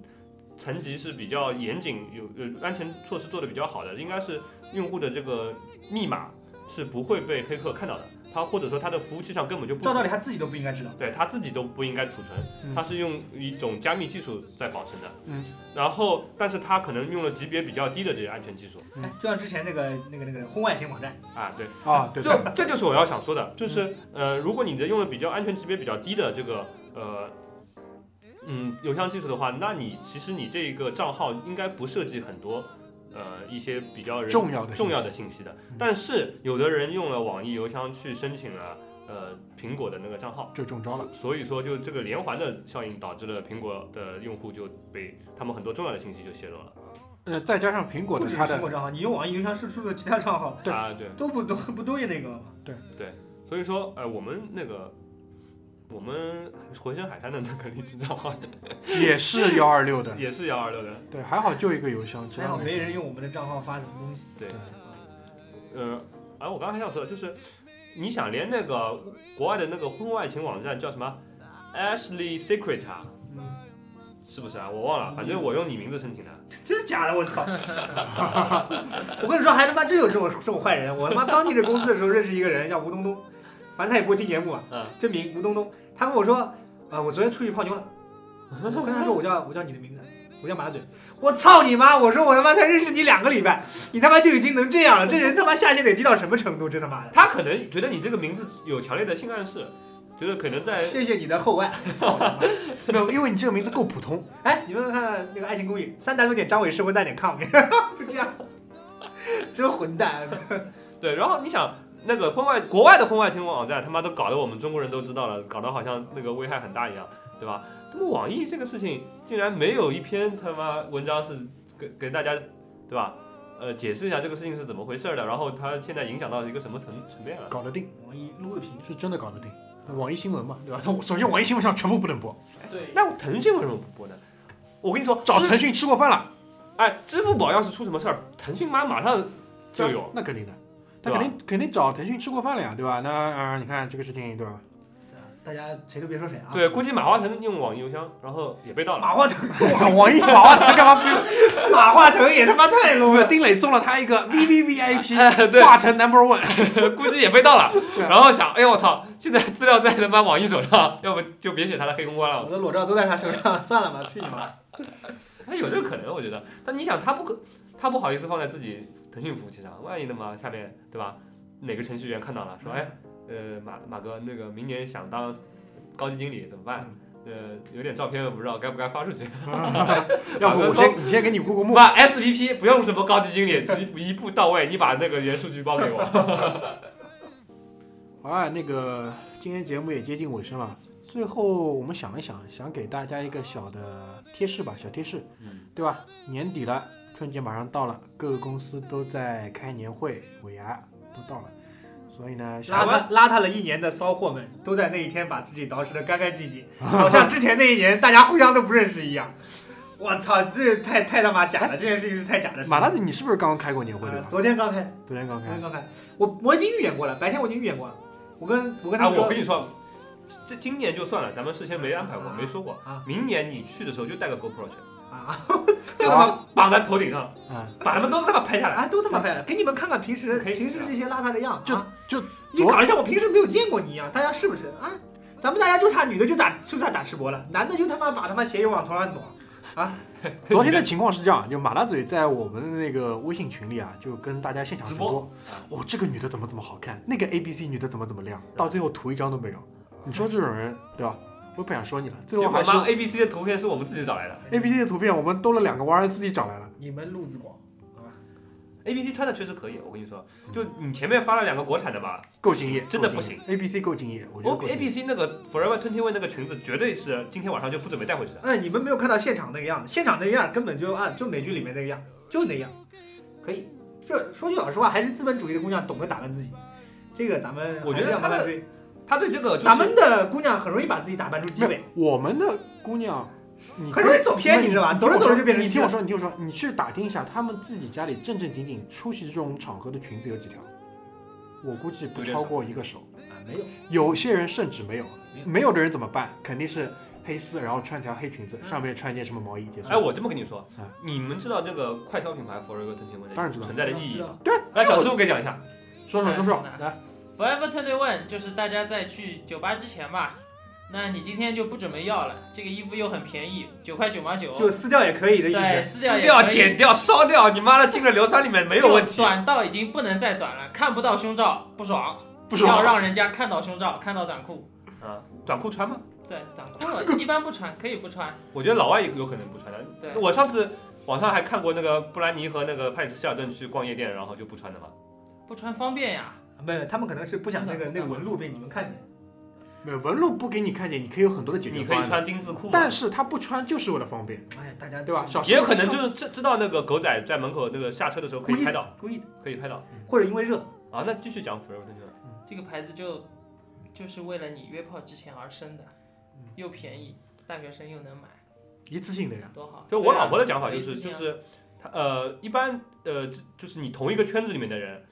Speaker 4: 层级是比较严谨，有有安全措施做的比较好的，应该是用户的这个密码是不会被黑客看到的。它或者说它的服务器上根本就不
Speaker 3: 照道理他自己都不应该知道。
Speaker 4: 对他自己都不应该储存
Speaker 2: 嗯，
Speaker 4: 他是用一种加密技术在保存的。
Speaker 2: 嗯，
Speaker 4: 然后但是他可能用了级别比较低的这些安全技术
Speaker 2: 嗯
Speaker 3: 哎，就像之前那个那个那个婚外情网站，
Speaker 4: 啊，对，
Speaker 2: 啊，对嗯
Speaker 4: 这这就是我要想说的，就是呃，如果你的用了比较安全级别比较低的这个呃。嗯，邮箱技术的话，那你其实你这一个账号应该不涉及很多，呃，一些比较人
Speaker 2: 重要的嗯
Speaker 4: 重要的信息的。但是有的人用了网易邮箱去申请了呃苹果的那个账号，
Speaker 2: 就中招了。
Speaker 4: 所以说，就这个连环的效应导致了苹果的用户就被他们很多重要的信息就泄露了。
Speaker 2: 呃，再加上苹果
Speaker 3: 不
Speaker 2: 的
Speaker 3: 只是
Speaker 2: 它
Speaker 3: 苹
Speaker 2: 的
Speaker 3: 果账号，你用网易邮箱输出的其他账号
Speaker 2: 对
Speaker 4: 啊，对，
Speaker 3: 都不都不都也那个了吗？
Speaker 4: 所以说，呃，我们那个我们回声海滩的那个离职账号
Speaker 2: 也是幺二六 的，
Speaker 4: 也是幺二六的，
Speaker 2: 对，还好就一个邮箱，其
Speaker 3: 还
Speaker 2: 他
Speaker 3: 好
Speaker 2: 没
Speaker 3: 哎没人用我们的账号发什么东西。
Speaker 4: 对，呃，啊，我刚才还想说的就是，你想连那个国外的那个婚外情网站叫什么 Ashley Secret 啊，
Speaker 3: 嗯，
Speaker 4: 是不是啊？我忘了，反正我用你名字申请的。
Speaker 3: 真的假的？我操！ 我跟你说，还他妈真有这种这种坏人。我他妈刚进这公司的时候认识一个人叫吴东东，反正他也不会听节目啊。
Speaker 4: 嗯
Speaker 3: 真名吴东东，他跟我说，啊、我昨天出去泡妞了。我跟他说，我叫我叫你的名字，我叫马嘴。我操你妈！我说我他妈才认识你两个礼拜，你他妈就已经能这样了，这人他妈下限得低到什么程度？真他妈的！
Speaker 4: 他可能觉得你这个名字有强烈的性暗示，觉得可能在
Speaker 3: 谢谢你的厚爱。 操你妈
Speaker 2: 没有，因为你这个名字够普通，
Speaker 3: 哎，你们看那个《爱情公寓》，三 w 点张伟是混 蛋点啊 com，就这样，真混蛋。
Speaker 4: 对，然后你想，那个婚外国外的婚外情网站，他妈都搞得我们中国人都知道了，搞得好像那个危害很大一样，对吧？那么网易这个事情竟然没有一篇他妈文章是给给大家，对吧？呃，解释一下这个事情是怎么回事儿的，然后它现在影响到一个什么层层面了？
Speaker 2: 搞得定，
Speaker 3: 网易录的屏，
Speaker 2: 是真的搞得定。网易新闻嘛，对吧？首先网易新闻上全部不能播，
Speaker 5: 对，
Speaker 4: 那腾讯为什么不播呢？我跟你说，
Speaker 2: 找
Speaker 4: 支
Speaker 2: 腾讯吃过饭了
Speaker 4: 哎，支付宝要是出什么事儿，腾讯妈马上就有，
Speaker 2: 那肯定的，他
Speaker 4: 对吧
Speaker 2: 肯定肯定找腾讯吃过饭了呀，对吧？那啊、呃你看这个事情，对吧？
Speaker 3: 大家谁都别说谁啊。
Speaker 4: 对，估计马化腾用网易邮箱，然后也被盗了。
Speaker 3: 马化腾，
Speaker 2: 网易马化腾干嘛不用？
Speaker 3: 马化腾也他妈太 low
Speaker 2: 不
Speaker 3: 了
Speaker 2: 是。丁磊送了他一个 V V V I P，
Speaker 4: 哎对
Speaker 2: 华腾 Number One，
Speaker 4: 估计也被盗了。然后想，哎呦我操，现在资料在他妈网易手上， 要不就别写他的黑公关了。
Speaker 3: 我的裸照都在他手上， 算了吧，去你妈！
Speaker 4: 他哎有这个可能，我觉得。但你想，他不可，他不好意思放在自己腾讯服务器上，万一他妈下面对吧，哪个程序员看到了，说，哎，呃，马马哥，那个明年想当高级经理怎么办？呃，有点照片我不知道该不该发出去。
Speaker 2: 要不我先你先给你过 过目。
Speaker 4: 把 SVP 不用什么高级经理，直接一步到位，你把那个原数据包给我。
Speaker 2: 好啊，那个今天节目也接近尾声了，最后我们想一想，想给大家一个小的贴士吧，小贴士，
Speaker 4: 嗯
Speaker 2: 对吧？年底了，春节马上到了，各个公司都在开年会、尾牙都到了，所以呢，
Speaker 3: 邋
Speaker 2: 想
Speaker 3: 遢邋遢了一年的骚货们，都在那一天把自己捯饬的干干 净净，好像之前那一年大家互相都不认识一样。我操，这太太他妈假了！这件事情是太假的事情。
Speaker 2: 马大，你是不是刚刚开过年会对
Speaker 3: 呃
Speaker 2: 吧？
Speaker 3: 昨天刚开，
Speaker 2: 昨天刚
Speaker 3: 昨
Speaker 2: 开
Speaker 3: 天。刚开，我我已经预演过了，白天我已经预演过了。我跟我跟他
Speaker 4: 啊，
Speaker 3: 们
Speaker 4: 我
Speaker 3: 说
Speaker 4: 跟，你说，这今年就算了，咱们事先没安排过，
Speaker 3: 啊
Speaker 4: 没说过
Speaker 3: 啊。
Speaker 4: 明年你去的时候就带个 GoPro 去，
Speaker 3: 啊
Speaker 4: 就他妈绑在头顶上，
Speaker 2: 嗯，
Speaker 4: 把他们都他妈拍 下来。
Speaker 3: 啊，都他妈拍了，给你们看看平时
Speaker 4: 可以
Speaker 3: 平时这些邋遢的样
Speaker 2: 就
Speaker 3: 啊！
Speaker 2: 就
Speaker 3: 你搞得像我平时没有见过你一样，大家是不是啊？咱们大家就差女的就打就差打赤膊了，男的就他妈把他妈鞋油往头上挪。
Speaker 2: 昨天的情况是这样，就马大嘴在我们的那个微信群里啊，就跟大家现场直播，哦，这个女的怎么怎么好看，那个 A B C 女的怎么怎么亮，到最后图一张都没有。你说这种人，对吧？我不想说你了，最
Speaker 4: 结
Speaker 2: 后
Speaker 4: 果
Speaker 2: 还
Speaker 4: 妈
Speaker 2: 说
Speaker 4: A B C 的图片是我们自己找来的
Speaker 2: A B C 的图片，我们兜了两个弯儿，自己找来了。
Speaker 3: 你们路子广，
Speaker 4: ，A B C 穿的确实可以，我跟你说，就你前面发了两个国产的吧，
Speaker 2: 够敬业，
Speaker 4: 真的不行。
Speaker 2: A B C 够敬业，我觉得
Speaker 4: 我
Speaker 2: 够
Speaker 4: A
Speaker 2: 敬
Speaker 4: B
Speaker 2: 业。
Speaker 4: C 那个 Forever Twenty One 那个裙子绝对是今天晚上就不准备带回去的。
Speaker 3: 哎，你们没有看到现场那个样，现场那个样根本就啊，就美剧里面那个样，就那样，可以。这说句老实话，还是资本主义的姑娘懂得打扮自己。这个咱们
Speaker 4: 我
Speaker 3: 还
Speaker 4: 觉得
Speaker 3: 是要
Speaker 4: 他
Speaker 3: 慢慢
Speaker 4: 们
Speaker 3: 追，
Speaker 4: 他对这个就是
Speaker 3: 咱们的姑娘很容易把自己打扮出鸡
Speaker 2: 没
Speaker 3: 尾，
Speaker 2: 我们的姑娘，你
Speaker 3: 很容易走偏，你知道吧？走着走着就变成
Speaker 2: 你
Speaker 3: 鸡
Speaker 2: 听
Speaker 3: 了
Speaker 2: 我说，你听我说，你去打听一下，他们自己家里正正经经出席这种场合的裙子有几条？我估计不超过一个手。
Speaker 3: 啊，没有，
Speaker 2: 有些人甚至没有
Speaker 3: 没，有
Speaker 2: 没有的人怎么办？肯定是黑丝，然后穿条黑裙子，上面穿一件什么毛衣结束。
Speaker 4: 嗯哎，我这么跟你说
Speaker 2: 嗯，
Speaker 4: 你们知道那个快消品牌 Forever Twenty One
Speaker 2: 当然知道
Speaker 4: 存在的意义
Speaker 3: 知
Speaker 4: 吗
Speaker 3: 道？
Speaker 2: 对，这
Speaker 4: 来，小
Speaker 2: 我
Speaker 4: 师傅给讲一下。
Speaker 2: 说
Speaker 4: 哎
Speaker 2: 说说说，来，
Speaker 5: Forever Twenty One 就是大家在去酒吧之前吧，那你今天就不准备要了，这个衣服又很便宜，九块九毛九，
Speaker 3: 就撕掉也可以的意
Speaker 5: 对，
Speaker 3: 思。
Speaker 5: 撕掉
Speaker 4: 撕
Speaker 5: 也
Speaker 4: 掉、
Speaker 5: 可以
Speaker 4: 剪掉、烧掉，你妈的进了硫酸里面没有问
Speaker 5: 就
Speaker 4: 题。
Speaker 5: 短到已经不能再短了，看不到胸罩不爽，
Speaker 2: 不
Speaker 5: 要
Speaker 2: 说。
Speaker 5: 让人家看到胸罩，看到短裤。
Speaker 4: 啊，短裤穿吗？
Speaker 5: 对，短裤一般不穿，可以不穿。
Speaker 4: 我觉得老外有可能不穿的。
Speaker 5: 对，
Speaker 4: 我上次网上还看过那个布兰妮和那个派里斯希尔顿去逛夜店，然后就不穿的嘛。
Speaker 5: 不穿方便呀。
Speaker 3: 啊没有，他们可能是不想那个那个纹路被你们看见。
Speaker 2: 没有纹路不给你看见，你可以有很多的解决
Speaker 4: 你可以
Speaker 2: 方案。
Speaker 4: 穿丁字裤嘛，
Speaker 2: 但是他不穿就是为了方便，
Speaker 3: 哎，大家
Speaker 2: 对吧？小时
Speaker 4: 也
Speaker 2: 候
Speaker 4: 有可能就是知知道那个狗仔在门口那个下车的时候可以拍到，
Speaker 3: 故意的，
Speaker 4: 可以拍到
Speaker 3: 或者因为热，
Speaker 4: 啊。那继续讲 Forever
Speaker 5: 这个牌子就就是为了你约炮之前而生的，
Speaker 4: 嗯
Speaker 5: 又便宜，大学生又能买，
Speaker 2: 一次性的呀。
Speaker 5: 多好。
Speaker 4: 就我老婆的讲法就
Speaker 5: 对
Speaker 4: 是
Speaker 5: 啊
Speaker 4: 就是，她呃一般呃这就是你同一个圈子里面的人，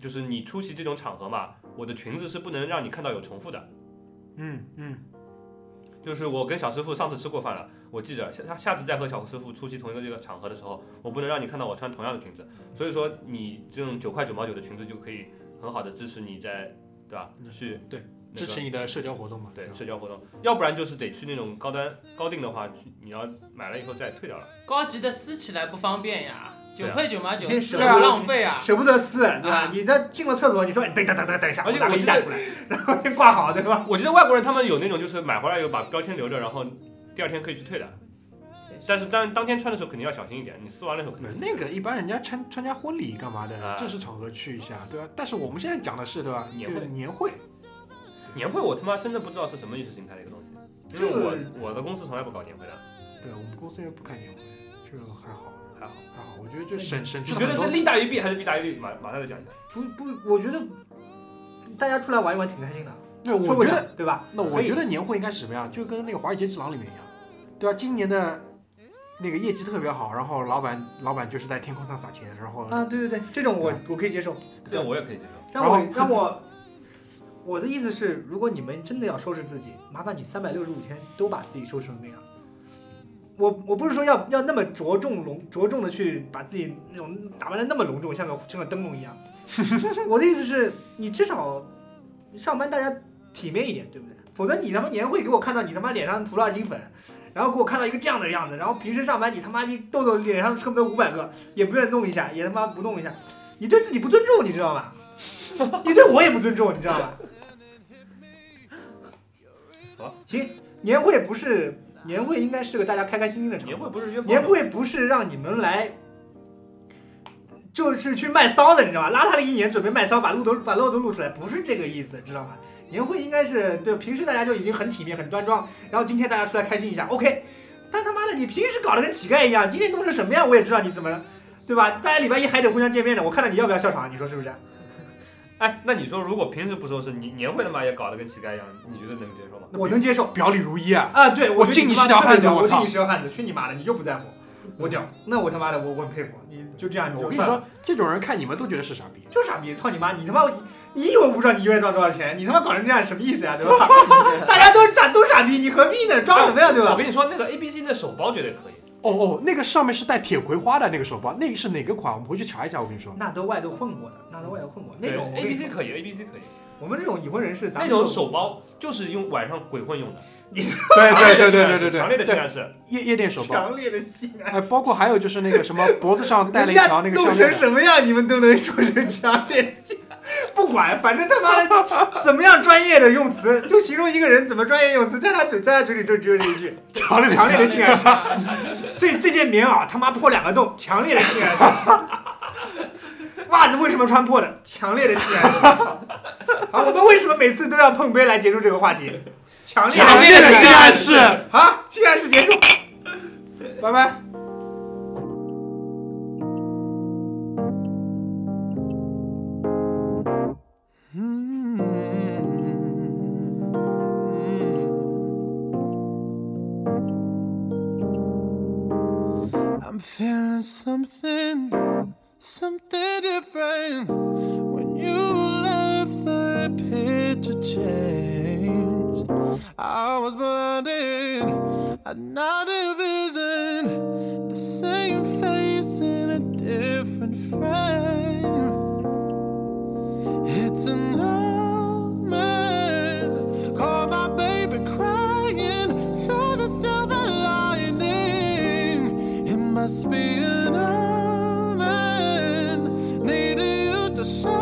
Speaker 4: 就是你出席这种场合嘛，我的裙子是不能让你看到有重复的。
Speaker 2: 嗯嗯，
Speaker 4: 就是我跟小师傅上次吃过饭了，我记着下下下次再和小师傅出席同一个这个场合的时候，我不能让你看到我穿同样的裙子，所以说你这种九块九毛九的裙子就可以很好的支持你在对吧
Speaker 2: 嗯
Speaker 4: 去
Speaker 2: 对
Speaker 4: 那个
Speaker 2: 支持你啊的社交活动嘛。
Speaker 4: 对
Speaker 2: 吧
Speaker 4: 社交活动，要不然就是得去那种高端高定的话，去你要买了以后再退掉了。
Speaker 5: 啊高级的撕起来不方便呀，九
Speaker 4: 对啊
Speaker 5: 块九毛九
Speaker 3: 你，
Speaker 5: 是
Speaker 3: 舍
Speaker 5: 不
Speaker 3: 不
Speaker 5: 是
Speaker 3: 得
Speaker 5: 浪费啊？
Speaker 3: 舍不得撕，对吧
Speaker 5: 啊？
Speaker 3: 你这进了厕所，你说哎等等等等等一下，
Speaker 4: 而且
Speaker 3: 我拿
Speaker 4: 我
Speaker 3: 个衣
Speaker 4: 记
Speaker 3: 架
Speaker 4: 得
Speaker 3: 出来， 然后先挂好，对吧？
Speaker 4: 我觉得外国人他们有那种就是买回来以后把标签留着，然后第二天可以去退的。
Speaker 5: 对
Speaker 4: 但是当然当天穿的时候肯定要小心一点，你撕完了以后肯定
Speaker 3: 嗯
Speaker 2: 那个一般人家参参加婚礼干嘛的
Speaker 4: 啊，
Speaker 2: 正式场合去一下，对吧？但是我们现在讲的是对吧？
Speaker 4: 年会
Speaker 2: 就是年会，
Speaker 4: 年会我他妈真的不知道是什么意识形态的一个东西，因为我我的公司从来不搞年会的，
Speaker 2: 对我们公司也不开年会，这个还好
Speaker 4: 还好。
Speaker 2: 还好，我觉得就省省去
Speaker 4: 你
Speaker 2: 了
Speaker 4: 觉得
Speaker 2: 很多
Speaker 4: 是利大于弊还是弊大于利？马马上就讲一下。
Speaker 3: 不不，我觉得大家出来玩一玩挺开心的，
Speaker 2: 对，
Speaker 3: 说
Speaker 2: 我
Speaker 3: 不
Speaker 2: 觉
Speaker 3: 上
Speaker 2: 得
Speaker 3: 对吧？
Speaker 2: 那我觉得年会应该是什么样？就跟那个《华尔街之狼》里面一样，对吧？今年的那个业绩特别好，然后老板老板就是在天空上撒钱，然后
Speaker 3: 啊，对对对，这种我我可以接受。
Speaker 4: 对，我也可以接受。
Speaker 3: 让我让我，我的意思是，如果你们真的要收拾自己，麻烦你三百六十五天都把自己收拾成那样。我我不是说要要那么着重隆着重的去把自己那种打扮的那么隆重，像个像个灯笼一样。 我的意思是，你至少上班大家体面一点，对不对？否则你他妈年会给我看到你他妈脸上涂了二斤粉，然后给我看到一个这样的样子，然后平时上班你他妈逼痘痘脸上恨不得五百个，也不愿意弄一下，也他妈不弄一下，你对自己不尊重，你知道吗？ 你对我也不尊重，你知道吧？
Speaker 4: 好，
Speaker 3: 行，年会不是年会，应该是个大家开开心心的场合
Speaker 4: 年会不是约炮吗
Speaker 3: 年会不是让你们来，就是去卖骚的，你知道吧？邋遢了一年，准备卖骚，把路都把漏都露出来，不是这个意思，知道吗？年会应该是对平时大家就已经很体面、很端庄，然后今天大家出来开心一下，OK。但他妈的，你平时搞得跟乞丐一样，今天弄成什么样我也知道你怎么，对吧？大家礼拜一还得互相见面的，我看到你要不要笑场？你说是不是？
Speaker 4: 哎，那你说如果平时不收拾，你年会他妈也搞得跟乞丐一样，你觉得能接受吗？
Speaker 3: 我能接受。
Speaker 2: 表里如一啊。
Speaker 3: 啊，对，
Speaker 2: 我
Speaker 3: 觉得
Speaker 2: 敬你
Speaker 3: 他妈
Speaker 2: 是条汉
Speaker 3: 特别
Speaker 2: 子
Speaker 3: 屌
Speaker 2: 我
Speaker 3: 我敬
Speaker 2: 操嗯
Speaker 3: 你是条汉子，去你妈的，你就不在乎，我屌，那我他妈的，我我很佩服，你就这样，
Speaker 2: 我跟你
Speaker 3: 算了，
Speaker 2: 说，这种人看你们都觉得是傻逼。
Speaker 3: 就傻逼，操你妈，你他妈，你以为我不知道你一个月赚多少钱？你他妈搞成这样什么意思呀、对 吧？大家都傻都傻逼，你何必呢？装什么呀，对啊
Speaker 4: 我
Speaker 2: 哎
Speaker 3: 吧？
Speaker 4: 跟你说，那个 A B C 的手包绝对可以。
Speaker 2: 哦哦，那个上面是带铁葵花的那个手包，那个是哪个款？我们回去查一下。我跟你说，
Speaker 3: 纳豆外豆混过的，纳豆外豆混过那种
Speaker 4: A B C
Speaker 3: 我跟你说
Speaker 4: 可以，A B C 可以。
Speaker 3: 我们这种已婚人士，咱
Speaker 4: 那
Speaker 3: 们
Speaker 4: 种
Speaker 3: 就
Speaker 4: 手包就是用晚上鬼混用的。
Speaker 2: 对对对对对对
Speaker 4: 强烈的
Speaker 2: 对
Speaker 4: 驱
Speaker 2: 对，
Speaker 4: 暗示。
Speaker 2: 夜夜店手包，
Speaker 3: 强烈的性爱。
Speaker 2: 哎，包括还有就是那个什么脖子上戴了一
Speaker 3: 人家
Speaker 2: 条那个项
Speaker 3: 弄
Speaker 2: 链
Speaker 3: 成
Speaker 2: 的，
Speaker 3: 什么样，你们都能说成强烈性，不管，反正他妈 的怎么样专业的用词，就形容一个人怎么专业用词，在他嘴在他嘴里就只有这一句
Speaker 2: 强烈
Speaker 3: 强烈的
Speaker 2: 性
Speaker 3: 性暗示。 这这件棉袄他妈破两个洞，强烈的性暗示。袜子为什么穿破的？强烈的性 暗示。我操啊，我们为什么每次都要碰杯来结束这个话题？强烈
Speaker 2: 强烈的
Speaker 3: 性
Speaker 2: 性
Speaker 3: 暗
Speaker 2: 暗
Speaker 3: 示。
Speaker 2: 示。
Speaker 3: 好，性暗示结束，拜拜。
Speaker 8: I'm feeling something, something different. When you left, the picture changed. I was blinded, I not a vision. The same face in a different frame. It's an old man. Call my baby crying. Saw the silver lining. It must be an omen. Needing you to show